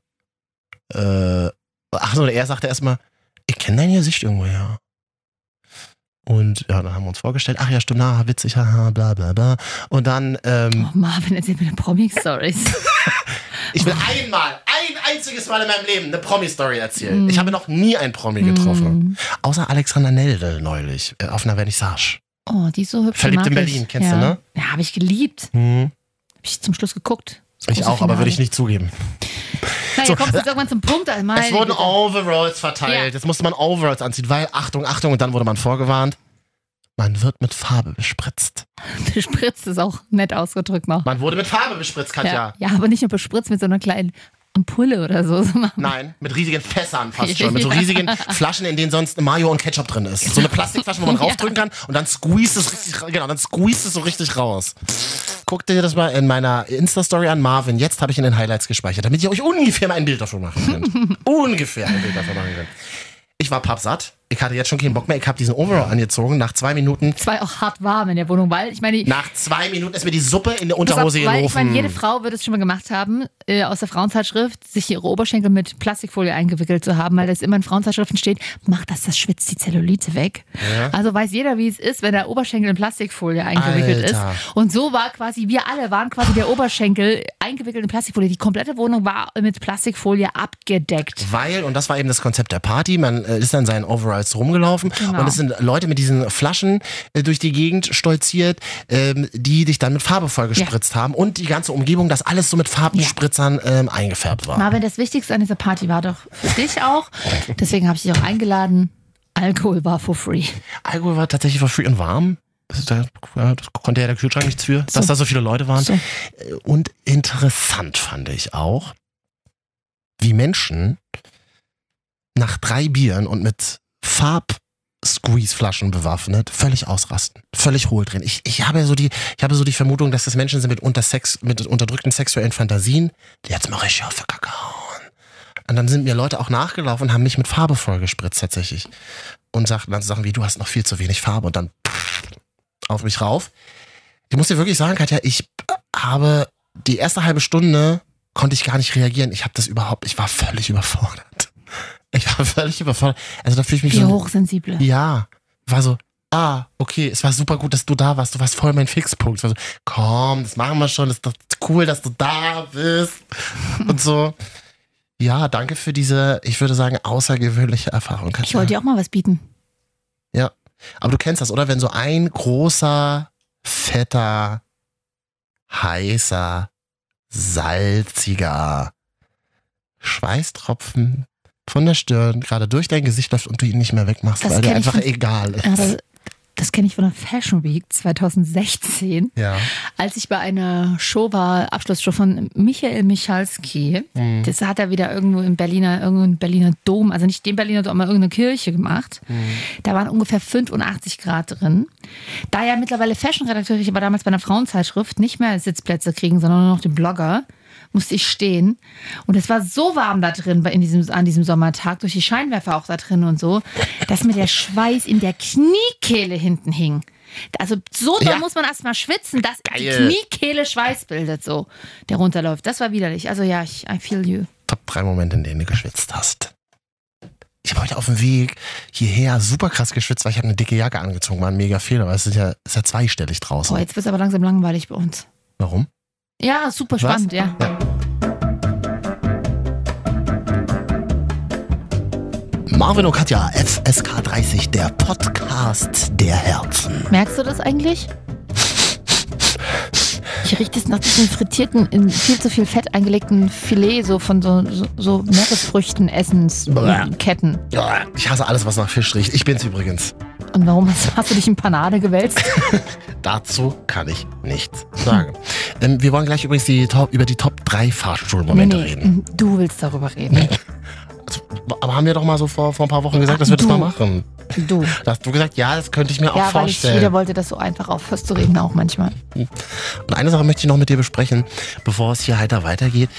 Äh, ach so, er sagte erstmal, ich kenne dein Gesicht irgendwoher. Und ja, dann haben wir uns vorgestellt, ach ja, stimmt, na, witzig, haha, bla bla bla. Und dann, ähm,
Oh, Marvin, erzähl mir Promi-Stories.
Ich will einmal, ein einziges Mal in meinem Leben eine Promi-Story erzählen.
Mm.
Ich habe noch nie einen Promi
Mhm. Hm.
getroffen. Außer Alexander Nelde neulich äh, auf einer Vernissage.
Oh, die ist so hübsch.
Verliebt
mag
in
ich.
Berlin, kennst du,
ja.
ne?
Ja, habe ich geliebt.
Hm.
Habe ich zum Schluss geguckt. Das
Ich
große
auch, aber würde ich
Finale.
nicht zugeben.
Naja,
So,
kommst du
äh,
jetzt irgendwann zum Punkt. also meine
es wurden
Güte.
Overalls verteilt.
Ja.
Jetzt musste man Overalls anziehen, weil Achtung, Achtung, und dann wurde man vorgewarnt. Man wird mit Farbe bespritzt.
Bespritzt ist auch nett ausgedrückt noch.
Man wurde mit Farbe bespritzt, Katja.
Ja. ja, aber nicht nur bespritzt mit so einer kleinen Ampulle oder so.
Nein, mit riesigen Fässern fast schon. Mit so
Ja.
riesigen Flaschen, in denen sonst Mayo und Ketchup drin ist. So eine Plastikflasche, wo man raufdrücken kann und dann squeeze es richtig, ra- genau, dann squeeze es so richtig raus. Guckt dir das mal in meiner Insta-Story an, Marvin. Jetzt habe ich in den Highlights gespeichert, damit ihr euch ungefähr mal ein Bild davon machen könnt. ungefähr ein Bild davon machen könnt. Ich war pappsatt. ich hatte jetzt schon keinen Bock mehr. Ich habe diesen Overall angezogen. Nach zwei Minuten.
Es war auch hart warm in der Wohnung, weil ich meine.
Nach zwei Minuten ist mir die Suppe in der Unterhose
Pass auf, Weil ich meine,
gelaufen.
jede Frau wird es schon mal gemacht haben, äh, aus der Frauenzeitschrift, sich ihre Oberschenkel mit Plastikfolie eingewickelt zu haben, weil das immer in Frauenzeitschriften steht, macht das, das schwitzt die Zellulite weg.
Ja.
Also weiß jeder, wie es ist, wenn der Oberschenkel in Plastikfolie eingewickelt
Alter.
ist. Und so war quasi, wir alle waren quasi der Oberschenkel eingewickelt in Plastikfolie. Die komplette Wohnung war mit Plastikfolie abgedeckt.
Weil, und das war eben das Konzept der Party, man äh, ist dann seinen Overalls rumgelaufen
Genau.
und es sind Leute mit diesen Flaschen äh, durch die Gegend stolziert, ähm, die dich dann mit Farbe vollgespritzt haben und die ganze Umgebung, dass alles so mit Farbenspritzern ähm, eingefärbt war.
Marvin, das Wichtigste an dieser Party war doch für dich auch. Deswegen habe ich dich auch eingeladen. Alkohol war for free.
Alkohol war tatsächlich for free und warm. Das, da, das konnte ja der Kühlschrank nichts für,
So.
dass da so viele Leute waren.
So.
Äh, Und interessant fand ich auch, wie Menschen nach drei Bieren und mit Farb Squeeze-Flaschen bewaffnet, völlig ausrasten, völlig hohl drin. Ich, ich habe ja so die, ich habe so die Vermutung, dass das Menschen sind mit, unter Sex, mit unterdrückten sexuellen Fantasien, die jetzt mal richtig auf den Kakao. hauen. Und dann sind mir Leute auch nachgelaufen und haben mich mit Farbe vollgespritzt tatsächlich. Und sagten dann so Sachen wie, du hast noch viel zu wenig Farbe und dann pff, auf mich rauf. Ich muss dir wirklich sagen, Katja, ich habe die erste halbe Stunde konnte ich gar nicht reagieren. Ich habe das überhaupt, ich war völlig überfordert. Ich war völlig überfordert. Also da fühle ich mich
Die
so.
Hochsensible.
Ja, war so, ah, okay, es war super gut, dass du da warst. Du warst voll mein Fixpunkt. Es War so, komm, das machen wir schon. Das ist doch cool, dass du da bist. Und so. Ja, danke für diese, ich würde sagen, außergewöhnliche Erfahrung.
Ich wollte dir auch mal was bieten.
Ja. Aber du kennst das, oder? Wenn so ein großer, fetter, heißer, salziger Schweißtropfen von der Stirn gerade durch dein Gesicht läuft und du ihn nicht mehr wegmachst,
Das
weil dir
kenn ich Also
einfach
von-
egal ist.
Ja, das Äh, das kenne ich von der Fashion Week 2016,
ja.
als ich bei einer Show war, Abschlussshow von Michael Michalski.
Mhm.
Das hat er wieder irgendwo im Berliner, irgendwo im Berliner Dom, also nicht den Berliner Dom, aber irgendeine Kirche gemacht. Da waren ungefähr 85 Grad drin. Da ja mittlerweile Fashion-Redakteure, ich aber damals bei einer Frauenzeitschrift, nicht mehr Sitzplätze kriegen, sondern nur noch den Blogger, musste ich stehen. Und es war so warm da drin bei- in diesem, an diesem Sommertag, durch die Scheinwerfer auch da drin und so, dass mir der Schweiß in der Kniekehle hinten hing. Also so doll
Ja.
muss man erstmal schwitzen, dass die
Geil.
Kniekehle Schweiß bildet, so der runterläuft. Das war widerlich. Also ja, ich, I feel you.
Top drei Momente, in denen du geschwitzt hast. Ich habe heute auf dem Weg hierher super krass geschwitzt, weil ich habe eine dicke Jacke angezogen. War ein mega Fehler, weil es ist ja, ist ja zweistellig draußen.
Boah, jetzt wird es aber langsam langweilig bei uns.
Warum?
Ja, super
Was?
spannend, ja.
Marvin und Katja, FSK 30, der Podcast der Herzen.
Merkst du das eigentlich? Ich rieche das nach diesem frittierten, in viel zu viel Fett eingelegten Filet, so von so, so, so Meeresfrüchten, Essensketten.
Ich hasse alles, was nach Fisch riecht. Ich bin's übrigens.
Und warum hast, hast du dich in Panade gewälzt?
Dazu kann ich nichts sagen. Ähm, wir wollen gleich übrigens die Top, über die Top 3 Fahrstuhlmomente reden.
ähm, du willst darüber reden.
Aber haben wir doch mal so vor, vor ein paar Wochen gesagt, dass wir das
Du.
mal machen.
Du.
Da hast du gesagt, ja, das könnte ich mir auch
Ja, weil ich wieder
vorstellen.
wollte, dass du einfach aufhörst zu reden, auch manchmal.
Und eine Sache möchte ich noch mit dir besprechen, bevor es hier heiter weitergeht.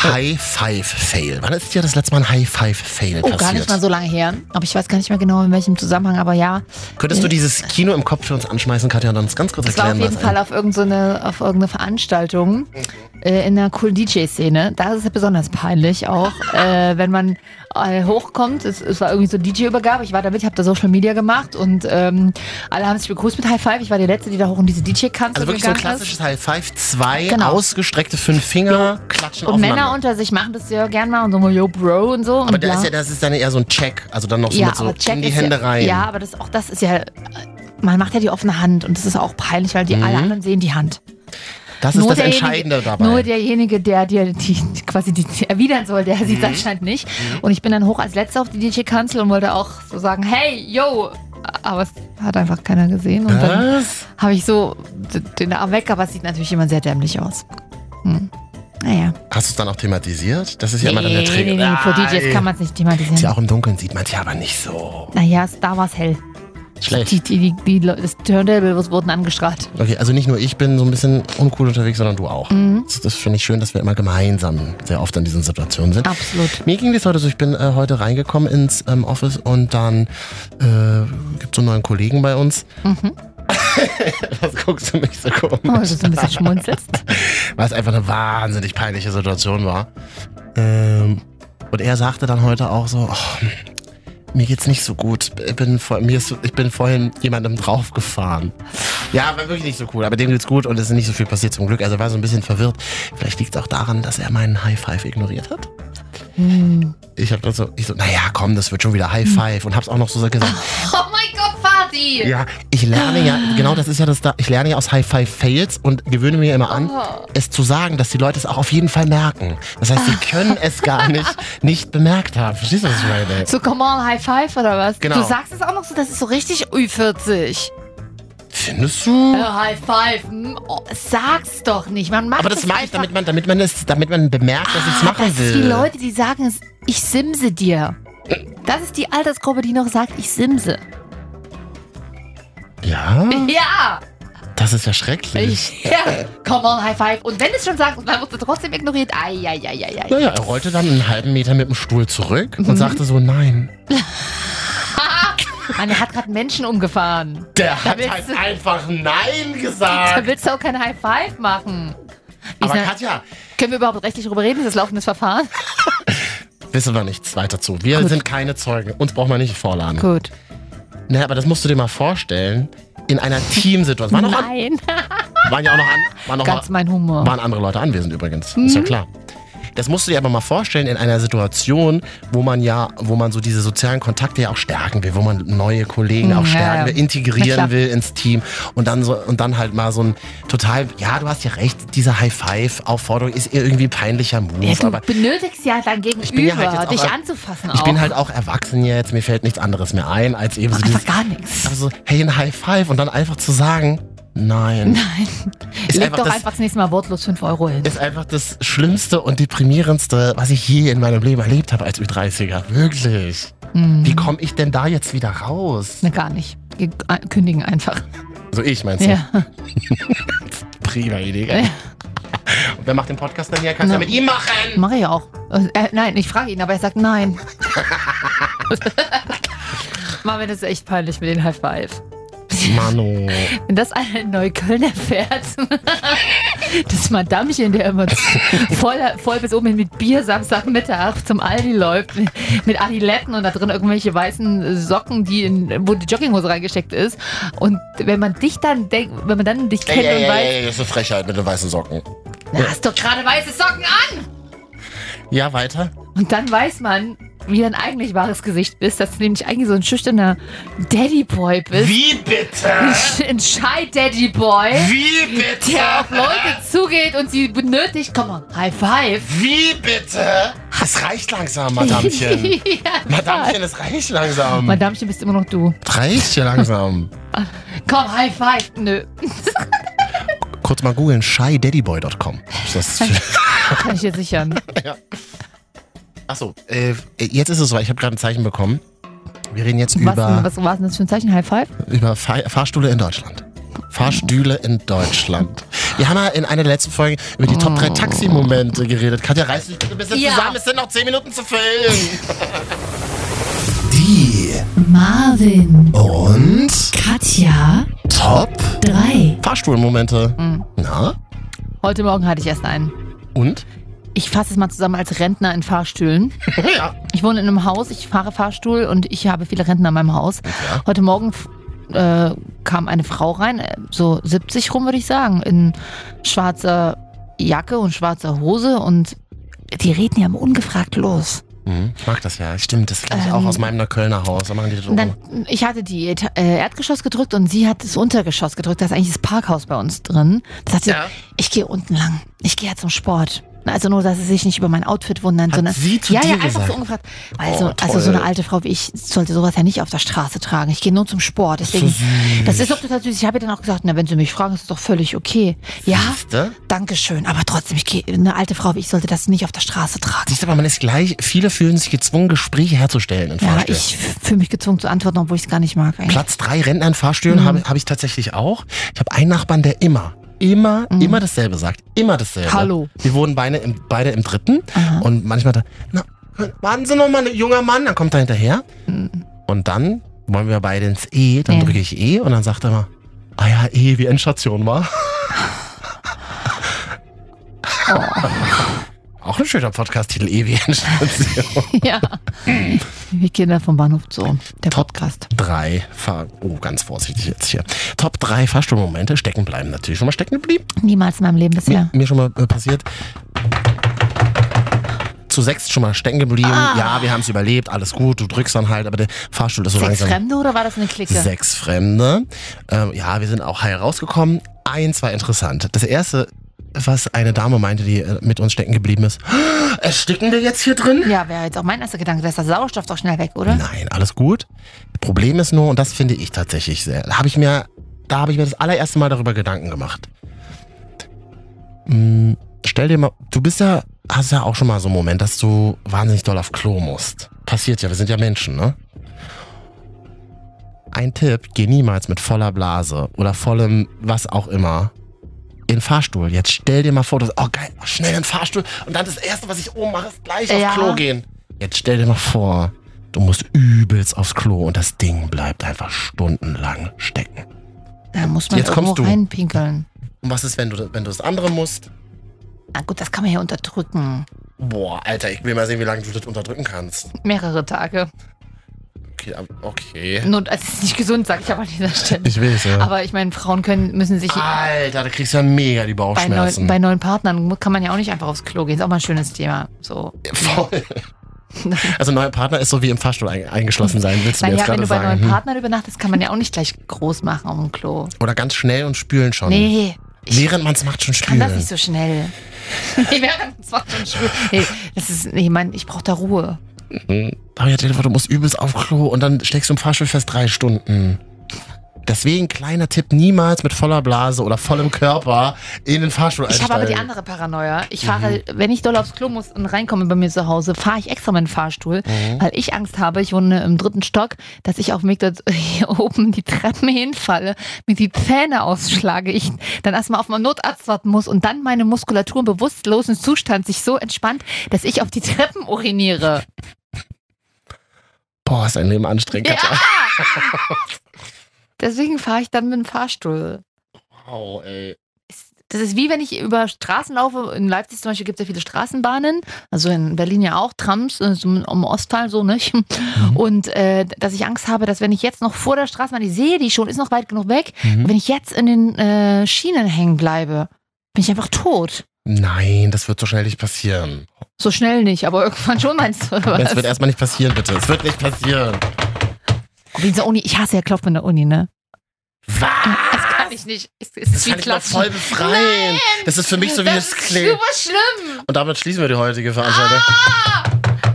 Oh.
High Five Fail. Wann ist dir das letzte Mal ein High Five Fail
Oh,
passiert?
gar nicht mal so lange her. Aber ich weiß gar nicht mehr genau, in welchem Zusammenhang, aber ja.
Könntest du dieses Kino im Kopf für uns anschmeißen, Katja, und uns ganz kurz
Das war auf
erklären,
jeden
was ein-
Fall auf irgendeine, auf irgendeine Veranstaltung äh, in einer coolen DJ-Szene. Da ist es besonders peinlich auch, äh, wenn man äh, hochkommt. Es, es war irgendwie so DJ-Übergabe. Ich war da mit, habe da Social Media gemacht und ähm, alle haben sich begrüßt mit High Five. Ich war die Letzte, die da hoch in diese DJ-Kanzel
Also wirklich so ein
gegangen
klassisches High Five. Zwei
Genau.
ausgestreckte fünf Finger
ist.
klatschen
Und
aufeinander.
Männer unter sich machen das ja gern mal und so, yo, Bro und so.
aber
und
da ist
bla.
ja, das ist dann eher so ein Check. Also dann noch so
ja,
mit so
aber Check
in die
ist
Hände
ja,
rein.
Ja, aber das, auch das ist ja. Man macht ja die offene Hand und das ist auch peinlich, weil die
Mhm.
alle anderen sehen die Hand.
das ist
Nur
das
derjenige-
Entscheidende dabei.
Nur derjenige, der dir die, quasi die, erwidern soll, der
Mhm.
sieht es anscheinend nicht. Und ich bin dann hoch als Letzter auf die DJ-Kanzel und wollte auch so sagen, hey, yo. Aber es hat einfach keiner gesehen. Und dann
Was?
habe ich so d- den Arm weg, aber es sieht natürlich immer sehr dämlich aus. Hm. Naja.
Hast du es dann auch thematisiert? Das ist ja immer dann der
Nee,
Trick.
nee, nee, für DJs kann man es nicht
Ist ja
thematisieren.
auch im Dunkeln, sieht man es ja aber nicht so.
Naja, es- da war es hell.
Schlecht.
Die, die, die, die, Leute- das Turntables wurden angestrahlt.
Okay, also nicht nur ich bin so ein bisschen uncool unterwegs, sondern du auch.
Mhm.
Das, das finde ich schön, dass wir immer gemeinsam sehr oft in diesen Situationen sind.
Absolut.
Mir ging das heute so, ich bin äh, heute reingekommen ins ähm, Office und dann äh, gibt es einen neuen Kollegen bei uns.
Mhm.
Was guckst du mich so komisch?
Oh, dass du ein bisschen schmunzelst.
Weil es einfach eine wahnsinnig peinliche Situation war. Ähm, und er sagte dann heute auch so, oh, mir geht's nicht so gut. Ich bin, vor, mir ist, ich bin vorhin jemandem draufgefahren. Ja, war wirklich nicht so cool, aber dem geht's gut und es ist nicht so viel passiert zum Glück. Also er war so ein bisschen verwirrt. Vielleicht liegt es auch daran, dass er meinen High Five ignoriert hat.
Hm.
Ich habe dann so, ich so, naja, komm, das wird schon wieder High Five und hab's auch noch so gesagt.
Oh mein Gott, Party!
Ja, ich lerne ja, genau das ist ja das da. Ich lerne ja aus High Five Fails und gewöhne mir immer an,
Oh.
es zu sagen, dass die Leute es auch auf jeden Fall merken. Das heißt, sie können es gar nicht, nicht bemerkt haben. Verstehst du, was ich meine?
So, come on, High Five oder was?
Genau.
Du sagst es auch noch so, das ist so richtig Ü40.
Findest du?
Äh, High Five, hm, oh, sag's doch nicht. Man macht
Aber das
es
mache ich,
einfach.
damit man, damit man es, damit man bemerkt, dass ich es machen
Das
will.
ist Ah, die Leute, die sagen, es, ich simse dir. Das ist die Altersgruppe, die noch sagt, ich simse.
Ja,
Ja,
das ist ja schrecklich.
ich, ja. Come on, High Five. Und wenn es schon sagt, und dann wird es trotzdem ignoriert. Eieieiei.
Naja, er rollte dann einen halben Meter mit dem Stuhl zurück
Mhm.
und sagte so, nein.
Mann, er hat gerade Menschen umgefahren.
Der hat
willst
halt
du-
einfach nein
Da
gesagt.
willst du auch kein High Five machen. Ich
Aber
sag-
Katja,
Können wir überhaupt rechtlich darüber reden? Ist das laufendes Verfahren?
wissen wir nichts weiter zu. Wir sind keine Zeugen. Uns braucht man nicht vorladen.
Gut.
Naja, aber das musst du dir mal vorstellen. In einer Teamsituation. Waren, auch an,
Nein.
waren ja auch noch, an, waren noch
Ganz mein Humor. Mhm.
waren andere Leute anwesend übrigens. Ist ja klar. Das musst du dir aber mal vorstellen in einer Situation, wo man ja, wo man so diese sozialen Kontakte ja auch stärken will, wo man neue Kollegen
Ja,
auch stärken
ja. Na
will,
klar.
integrieren will ins Team und dann so und dann halt mal so ein total, ja, du hast ja recht, diese High Five Aufforderung ist irgendwie ein peinlicher Move,
Ja, du
aber
benötigst ja dein Gegenüber,
bin ja halt jetzt auch
dich
ein-
anzufassen.
ich
auch.
bin halt auch erwachsen jetzt, mir fällt nichts anderes mehr ein als eben so
Einfach
dieses,
gar nichts.
also, hey, ein High Five und dann einfach zu sagen, nein,
Nein.
ist
Leg
einfach
doch
das
einfach das nächste Mal wortlos 5 Euro hin.
ist einfach das Schlimmste und Deprimierendste, was ich je in meinem Leben erlebt habe als Ü30er. Wirklich.
Mhm.
Wie komme ich denn da jetzt wieder raus?
Ne, gar nicht. Wir äh, kündigen einfach.
Also ich meinst du?
Ja.
Prima Idee. gell? Und wer macht den Podcast dann hier? Kannst du ja
Na.
mit ihm machen.
Mache ich auch. Äh, nein, ich frage ihn, aber er sagt nein. Marvin das ist echt peinlich mit den High Five.
Manu.
Wenn das einer in Neukölln erfährt, das Madamchen, der immer voll, voll bis oben hin mit Bier Samstagmittag zum Aldi läuft, mit Adiletten und da drin irgendwelche weißen Socken, die in, wo die Jogginghose reingesteckt ist. Und wenn man dich dann denkt, wenn man dann dich kennt und weiß,
das ist eine Frechheit mit den weißen Socken.
du hast doch gerade weiße Socken an!
Ja, weiter.
Und dann weiß man, wie dein eigentlich wahres Gesicht bist, dass du nämlich eigentlich so ein schüchterner Daddy-Boy bist.
Wie bitte?
Ein Shy Daddy-Boy.
Wie bitte?
der auf Leute zugeht und sie benötigt, komm mal, High Five.
Wie bitte? Es reicht langsam, Madamchen. Madamchen, es reicht langsam.
Madamchen, bist immer noch du.
reicht ja langsam.
Komm, High Five. Nö,
Kurz mal googeln, shydaddyboy.com. Ist das-
kann ich dir sichern.
Achso, äh, jetzt ist es so, ich habe gerade ein Zeichen bekommen. Wir reden jetzt
Was, denn-
über,
was war denn das für ein Zeichen? High Five?
über Fahr Fahrstühle in Deutschland. Fahrstühle in Deutschland. Wir haben ja in einer der letzten Folgen über die Top 3 Taximomente geredet. Katja, reiß dich bitte ein bisschen
Oh. Ja.
zusammen, es sind noch 10 Minuten zu füllen.
Die
Marvin,
und
Katja,
Top
3.
Fahrstuhlmomente.
Hm.
Na?
Heute Morgen hatte ich erst einen.
Und?
Ich fasse es mal zusammen als Rentner in Fahrstühlen.
ja.
Ich wohne in einem Haus, ich fahre Fahrstuhl und ich habe viele Rentner in meinem Haus. Heute Morgen f- äh, kam eine Frau rein, äh, so 70 rum würde ich sagen, in schwarzer Jacke und schwarzer Hose und die reden ja mal ungefragt los.
Mhm, ich mag das ja. Stimmt, das kenne ich
Ähm,
auch aus meinem Kölner Haus. Da machen die das
Und
so.
dann, ich hatte die Eta- äh, Erdgeschoss gedrückt und sie hat das Untergeschoss gedrückt. Da ist eigentlich das Parkhaus bei uns drin. Da sagt sie,
Ja.
ich gehe unten lang. Ich gehe ja zum Sport. Also nur, dass sie sich nicht über mein Outfit wundern,
Hat
sondern
sie zu
ja,
dir
ja, einfach
gesagt?
so ungefragt. Also,
Oh,
also so eine
toll.
alte Frau wie ich sollte sowas ja nicht auf der Straße tragen. Ich gehe nur zum Sport. Deswegen, das ist doch total süß. Ich habe ihr dann auch gesagt, na, wenn Sie mich fragen, ist es doch völlig okay. Ja,
Siehste?
Dankeschön. Aber trotzdem, ich gehe, eine alte Frau wie ich sollte das nicht auf der Straße tragen.
Siehst du, aber man ist gleich, viele fühlen sich gezwungen, Gespräche herzustellen in
Ja,
Fahrstühlen.
ich fühle mich gezwungen zu antworten, obwohl ich es gar nicht mag. eigentlich.
Platz drei Rentner in Fahrstühlen
Mhm.
habe hab ich tatsächlich auch. Ich habe einen Nachbarn, der immer, immer, immer dasselbe sagt. Immer dasselbe.
Mhm. Hallo.
Wir wohnen beide im, beide im dritten. Und manchmal da, na, warten Sie noch mal, ein junger Mann. Dann kommt er hinterher. Und dann wollen wir beide ins E. Dann
Mhm. Ja.
drücke ich E und dann sagt er mal, ah ja, E, wie Endstation war.
Oh.
Auch ein schöner Podcast-Titel, E wie Endstation.
Ja. Wir gehen da vom Bahnhof Zoo. Der
Top.
Podcast.
drei Fahr oh, ganz vorsichtig jetzt hier. Top drei Fahrstuhlmomente stecken bleiben. Natürlich schon mal stecken geblieben.
Niemals in meinem Leben bisher.
Mir schon mal äh, passiert. Zu sechs schon mal stecken geblieben.
Ah.
Ja, wir haben es überlebt, alles gut. Du drückst dann halt, aber der Fahrstuhl ist so
Sechs
langsam.
Fremde oder war das eine Clique?
Sechs Fremde. Ähm, ja, wir sind auch heil rausgekommen. Eins war interessant. Das erste, was eine Dame meinte, die äh, mit uns stecken geblieben ist. Ersticken wir jetzt hier drin?
Ja, wäre jetzt auch mein erster Gedanke. Da ist der Sauerstoff doch schnell weg, oder?
Nein, alles gut. Problem ist nur, und das finde ich tatsächlich sehr, da habe ich mir, da habe ich mir das allererste Mal darüber Gedanken gemacht. Hm, stell dir mal, du bist ja, hast ja auch schon mal so einen Moment, dass du wahnsinnig doll auf Klo musst. Passiert ja, wir sind ja Menschen, ne? Ein Tipp, geh niemals mit voller Blase oder vollem was auch immer in den Fahrstuhl. Jetzt stell dir mal vor, dass, oh geil, schnell in den Fahrstuhl und dann das Erste, was ich oben mache, ist gleich
Ja.
aufs Klo gehen. Jetzt stell dir mal vor, du musst übelst aufs Klo und das Ding bleibt einfach stundenlang stecken.
Da muss man
Jetzt
irgendwo
kommst du.
reinpinkeln.
Und was ist, wenn du, wenn du das andere musst?
Na gut, das kann man ja unterdrücken.
Boah, Alter, ich will mal sehen, wie lange du das unterdrücken kannst.
Mehrere Tage.
Okay, ab- okay.
Nun, es ist nicht gesund, sag ich aber an dieser Stelle.
Ich will's, ja. Ah,
Aber ich meine, Frauen können, müssen sich
Alter, da kriegst du ja mega die
bei, neuen,
Bauchschmerzen.
bei neuen Partnern mu- kann man ja auch nicht einfach aufs Klo gehen. Ist auch mal ein schönes Thema. So.
Voll. Also neuer Partner ist so wie im Fahrstuhl ein- eingeschlossen sein, willst du mir
Naja,
jetzt
wenn
gerade
du bei
sagen.
neuen
Hm.
Partnern übernachtest, kann man ja auch nicht gleich groß machen auf dem Klo.
Oder ganz schnell und spülen schon.
Nee. Ich
Während man es macht, schon
kann
spülen.
das nicht so schnell. nee, während es macht schon schwul. Nee, das ist, nee, ich meine, ich brauche da Ruhe.
Aber ja, Jennifer, du musst übelst auf Klo und dann steckst du im Fahrstuhl fest drei Stunden. Deswegen kleiner Tipp, niemals mit voller Blase oder vollem Körper in den Fahrstuhl
Ich habe aber die
einsteigen.
andere Paranoia. Ich fahre, wenn ich doll aufs Klo muss und reinkomme bei mir zu Hause, fahre ich extra meinen Fahrstuhl, weil ich Angst habe, ich wohne im dritten Stock, dass ich auf dem Weg dort hier oben die Treppen hinfalle, mir die Zähne ausschlage, ich dann erstmal auf meinen Notarzt warten muss und dann meine Muskulatur im bewusstlosen Zustand sich so entspannt, dass ich auf die Treppen uriniere.
Boah, ist dein Leben anstrengend.
Ja.
Katja.
Deswegen fahre ich dann mit dem Fahrstuhl.
Wow, ey.
Das ist wie wenn ich über Straßen laufe. In Leipzig zum Beispiel gibt es ja viele Straßenbahnen, also in Berlin ja auch, Trams, äh, so im Ostteil so, ne?
Mhm.
Und äh, dass ich Angst habe, dass wenn ich jetzt noch vor der Straßenbahn, ich sehe die schon, ist noch weit genug weg,
Mhm.
wenn ich jetzt in den äh, Schienen hängen bleibe, bin ich einfach tot.
Nein, das wird so schnell nicht passieren.
So schnell nicht, aber irgendwann schon meinst du, oder
Es wird
was?
erstmal nicht passieren, bitte. Es wird nicht passieren.
Wie in der Uni, ich hasse ja Klopfen in der Uni, ne?
Was?
Das kann ich nicht. Es, es
Das
ist wie
kann ich mal
Klatschen.
voll befreien. Das ist für mich so wie
das
das
ist
Klee.
super schlimm.
Und damit schließen wir die heutige Veranstaltung.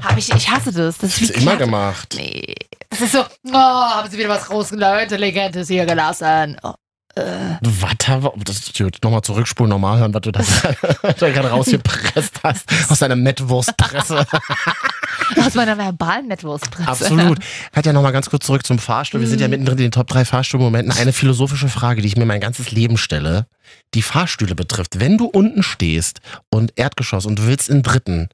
Hab ich, ich hasse das. Das ist
das
wie
ist immer
Klatschen.
gemacht.
Nee. Das ist so, oh, haben sie wieder was groß Intelligentes hier gelassen. Oh, äh,
Warte, das nochmal zurückspulen, nochmal hören, was du da, da gerade rausgepresst hast. Aus deiner Mettwurstpresse.
aus meiner verbalen Netwurstpresse.
Absolut. Katja, nochmal ganz kurz zurück zum Fahrstuhl. Wir sind ja mittendrin in den Top 3 Fahrstuhlmomenten. Eine philosophische Frage, die ich mir mein ganzes Leben stelle, die Fahrstühle betrifft. Wenn du unten stehst und Erdgeschoss und du willst in den dritten,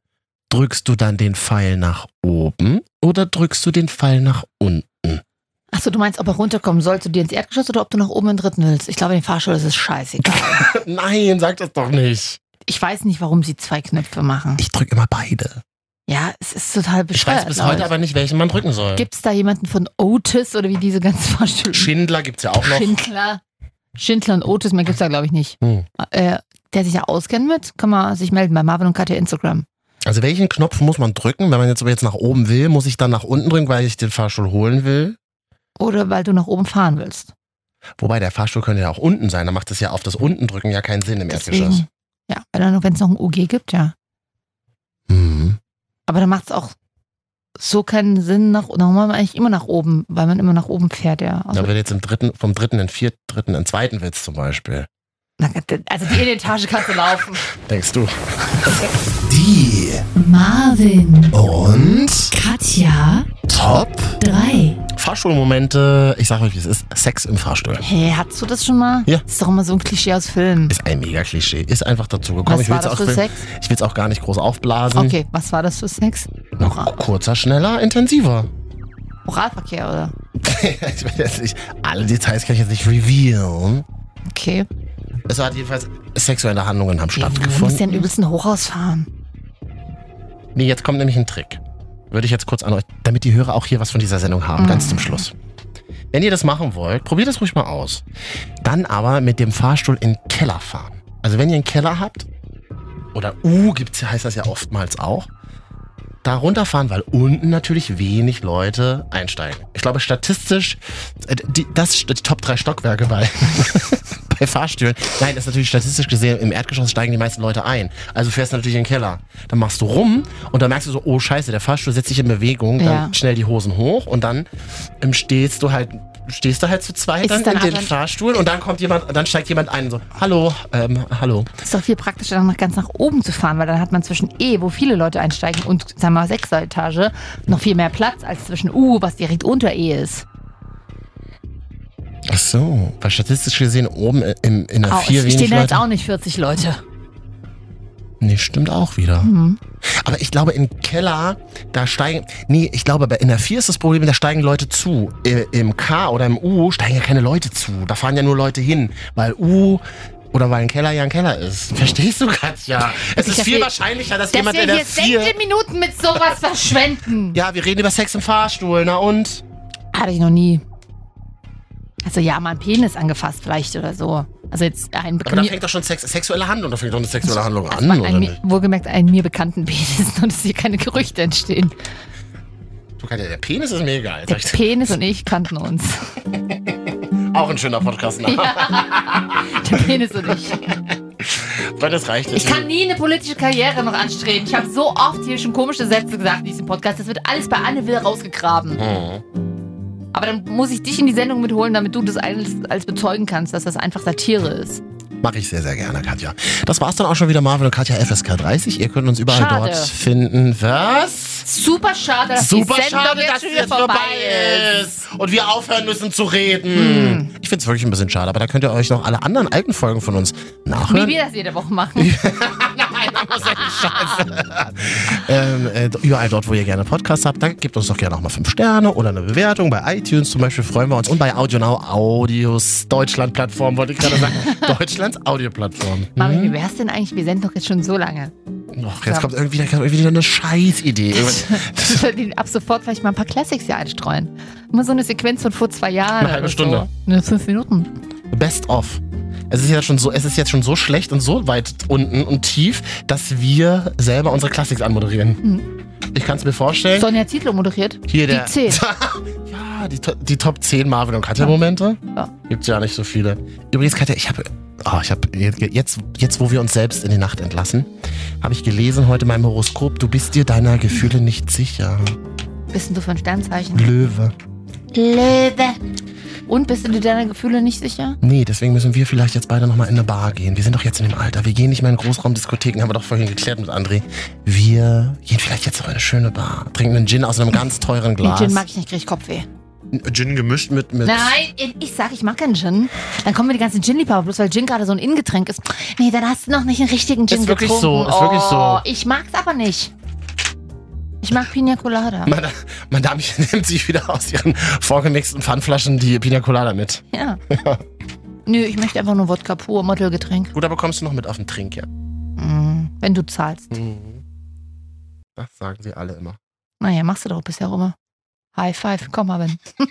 drückst du dann den Pfeil nach oben oder drückst du den Pfeil nach unten?
Achso, du meinst, ob er runterkommen soll zu dir ins Erdgeschoss oder ob du nach oben in den dritten willst? Ich glaube, in den Fahrstuhl ist es scheißegal.
Nein, sag das doch nicht.
ich weiß nicht, warum sie zwei Knöpfe machen.
Ich drücke immer beide.
Ja, es ist total
Ich weiß
bescheuert.
bis heute aber nicht, welchen man drücken soll.
Gibt es da jemanden von Otis oder wie diese ganzen Fahrstühle?
Schindler gibt's ja auch noch.
Schindler. Schindler und Otis, mehr gibt's da, glaube ich, nicht.
Hm.
Äh, der sich da auskennen mit, kann man sich melden bei Marvin und Katja Instagram.
Also welchen Knopf muss man drücken? Wenn man jetzt, jetzt nach oben will, muss ich dann nach unten drücken, weil ich den Fahrstuhl holen will?
Oder weil du nach oben fahren willst.
Wobei der Fahrstuhl könnte ja auch unten sein. Da macht es ja auf das unten drücken ja keinen Sinn im Erdgeschoss.
Deswegen. Ja, wenn es noch ein UG gibt, ja. Aber dann macht es auch so keinen Sinn nach oben. Warum man eigentlich immer nach oben, weil man immer nach oben fährt, ja. Also,
wenn du jetzt im dritten, vom dritten in vierten, dritten in zweiten willst zum Beispiel,
also die Etage kannst du laufen.
denkst du.
Die
Marvin
und
Katja
Top
3.
Fahrstuhlmomente, ich sag euch, wie es ist Sex im Fahrstuhl.
Hey, hattest du das schon mal?
Ja.
Das ist doch immer so ein Klischee aus Filmen.
Ist ein mega Klischee. Ist einfach dazu gekommen.
Was
ich
war
will's
das
auch,
für Sex?
ich will's auch gar nicht groß aufblasen.
Okay, was war das für Sex?
Noch kurzer, schneller, intensiver.
Oralverkehr, oder?
ich will jetzt nicht, alle Details kann ich jetzt nicht revealen.
Okay.
Es hat jedenfalls sexuelle Handlungen haben
Du musst ja
stattgefunden.
einen übelsten Hochhaus fahren.
Nee, jetzt kommt nämlich ein Trick. Würde ich jetzt kurz an euch, damit die Hörer auch hier was von dieser Sendung haben,
Ah.
ganz zum Schluss. Wenn ihr das machen wollt, probiert es ruhig mal aus. Dann aber mit dem Fahrstuhl in den Keller fahren. Also wenn ihr einen Keller habt, oder U gibt's, ja- heißt das ja oftmals auch, da runterfahren, weil unten natürlich wenig Leute einsteigen. Ich glaube, statistisch, äh, die, das ist die Top 3 Stockwerke bei, bei Fahrstühlen. Nein, das ist natürlich statistisch gesehen, im Erdgeschoss steigen die meisten Leute ein. Also fährst du natürlich in den Keller. Dann machst du rum und dann merkst du so, oh scheiße, der Fahrstuhl setzt sich in Bewegung,
Ja.
dann schnell die Hosen hoch und dann ähm, stehst du halt, stehst du halt zu zweit
Ist
dann
dann
in den
aber-
Fahrstuhl und dann kommt jemand, dann steigt jemand ein und so, hallo, ähm, hallo.
Ist doch viel praktischer, dann noch ganz nach oben zu fahren, weil dann hat man zwischen E, wo viele Leute einsteigen, und sagen wir mal sechster Etage noch viel mehr Platz als zwischen U, was direkt unter E ist.
Ach so, weil statistisch gesehen oben in, in der
Au,
4
es
wenig
stehen da jetzt
Leute.
auch nicht 40 Leute.
Nee, stimmt auch wieder.
Mhm.
Aber ich glaube, im Keller, da steigen. Nee, ich glaube, bei- in der 4 ist das Problem, da steigen Leute zu. Äh, Im K oder im U steigen ja keine Leute zu. Da fahren ja nur Leute hin, weil U. Oder weil ein Keller ja ein Keller ist. Verstehst du, Katja? Es
Ich
ist viel
verstehe-
wahrscheinlicher, dass,
Dass
jemand
wir
in der
hier
4...
16 Minuten mit sowas verschwenden.
Ja, wir reden über Sex im Fahrstuhl, na und?
Hatte ich noch nie. Also ja, mal einen Penis angefasst vielleicht oder so. Also jetzt einen
Aber da
bekannten.
fängt doch schon Sex, sexuelle Handlung, da fängt doch eine sexuelle Handlung
Also
an,
mal
oder
einen, mir-
nicht?
wohlgemerkt einen mir bekannten Penis, nur dass hier keine Gerüchte entstehen.
Du, Katja, der Penis ist mir egal.
Der Penis und ich kannten uns.
Auch ein schöner Podcast. ne?
Der Penis und ich.
Weil das reicht jetzt.
Ich kann nie eine politische Karriere noch anstreben. Ich habe so oft hier schon komische Sätze gesagt in diesem Podcast. Das wird alles bei Anne Will rausgegraben.
Mhm.
Aber dann muss ich dich in die Sendung mitholen, damit du das als, als bezeugen kannst, dass das einfach Satire ist.
Mache ich sehr, sehr gerne, Katja. Das war's dann auch schon wieder, Marvin und Katja FSK 30. Ihr könnt uns überall
Schade.
dort finden. Was?
Super schade, dass
Super
die Sendung
schade,
jetzt
dass
schon
es
wieder
jetzt vorbei ist. Und wir aufhören müssen zu reden.
Hm.
Ich finde es wirklich ein bisschen schade, aber da könnt ihr euch noch alle anderen alten Folgen von uns
Wie
nachhören.
wir das jede Woche machen.
Ähm, äh, überall dort, wo ihr gerne Podcasts habt, dann gebt uns doch gerne auch mal fünf Sterne oder eine Bewertung. Bei iTunes zum Beispiel freuen wir uns. Und bei AudioNow, Audios Deutschland-Plattform, wollte ich gerade sagen. Deutschlands Audio-Plattform.
Marvin, wie wär's denn eigentlich? Wir senden doch jetzt schon so lange.
Och, jetzt kommt irgendwie, da kommt irgendwie wieder eine Scheißidee.
Wir sollten ab sofort vielleicht mal ein paar Classics hier einstreuen. Immer so eine Sequenz von vor zwei Jahren.
Eine halbe
oder
Stunde.
So. Ne, fünf Minuten.
Best of. Es ist, ja schon so, es ist jetzt schon so schlecht und so weit unten und tief, dass wir selber unsere Klassiks anmoderieren. Ich kann es mir vorstellen.
Sonja Zietlow moderiert.
Hier
die
der.
zehn.
ja, die, To- die Top 10 Marvin und Katja-Momente.
Ja.
Gibt's ja nicht so viele. Übrigens, Katja, ich habe. ah, ich habe jetzt, jetzt, wo wir uns selbst in die Nacht entlassen, habe ich gelesen heute in meinem Horoskop, du bist dir deiner Gefühle nicht sicher.
Bist denn du für ein Sternzeichen?
Löwe.
Löwe. Und bist du dir deiner Gefühle nicht sicher?
Nee, deswegen müssen wir vielleicht jetzt beide nochmal in eine Bar gehen. Wir sind doch jetzt in dem Alter. Wir gehen nicht mehr in Großraumdiskotheken, haben wir doch vorhin geklärt mit André. Wir gehen vielleicht jetzt noch in eine schöne Bar, trinken einen Gin aus einem ganz teuren
Nee,
Glas.
Gin mag ich nicht, krieg ich Kopfweh.
Gin gemischt mit. mit
Nein, ich sag, ich mag keinen Gin. Dann kommen mir die ganzen Gin-Liebhaber, bloß weil Gin gerade so ein Innengetränk ist. Nee, dann hast du noch nicht einen richtigen Gin
Ist wirklich
getrunken.
so, ist wirklich so.
Oh, ich mag's aber nicht. Ich mag Pina Colada.
Madame, Madame nimmt sich wieder aus ihren vorgemixten Pfannflaschen die Pina Colada mit.
Ja. Nö, ich möchte einfach nur Wodka pur, Modelgetränk.
Gut, aber kommst du noch mit auf den Trink, ja?
Mm, wenn du zahlst.
Das sagen sie alle immer.
Naja, machst du doch bisher auch immer. High five, komm mal, wenn.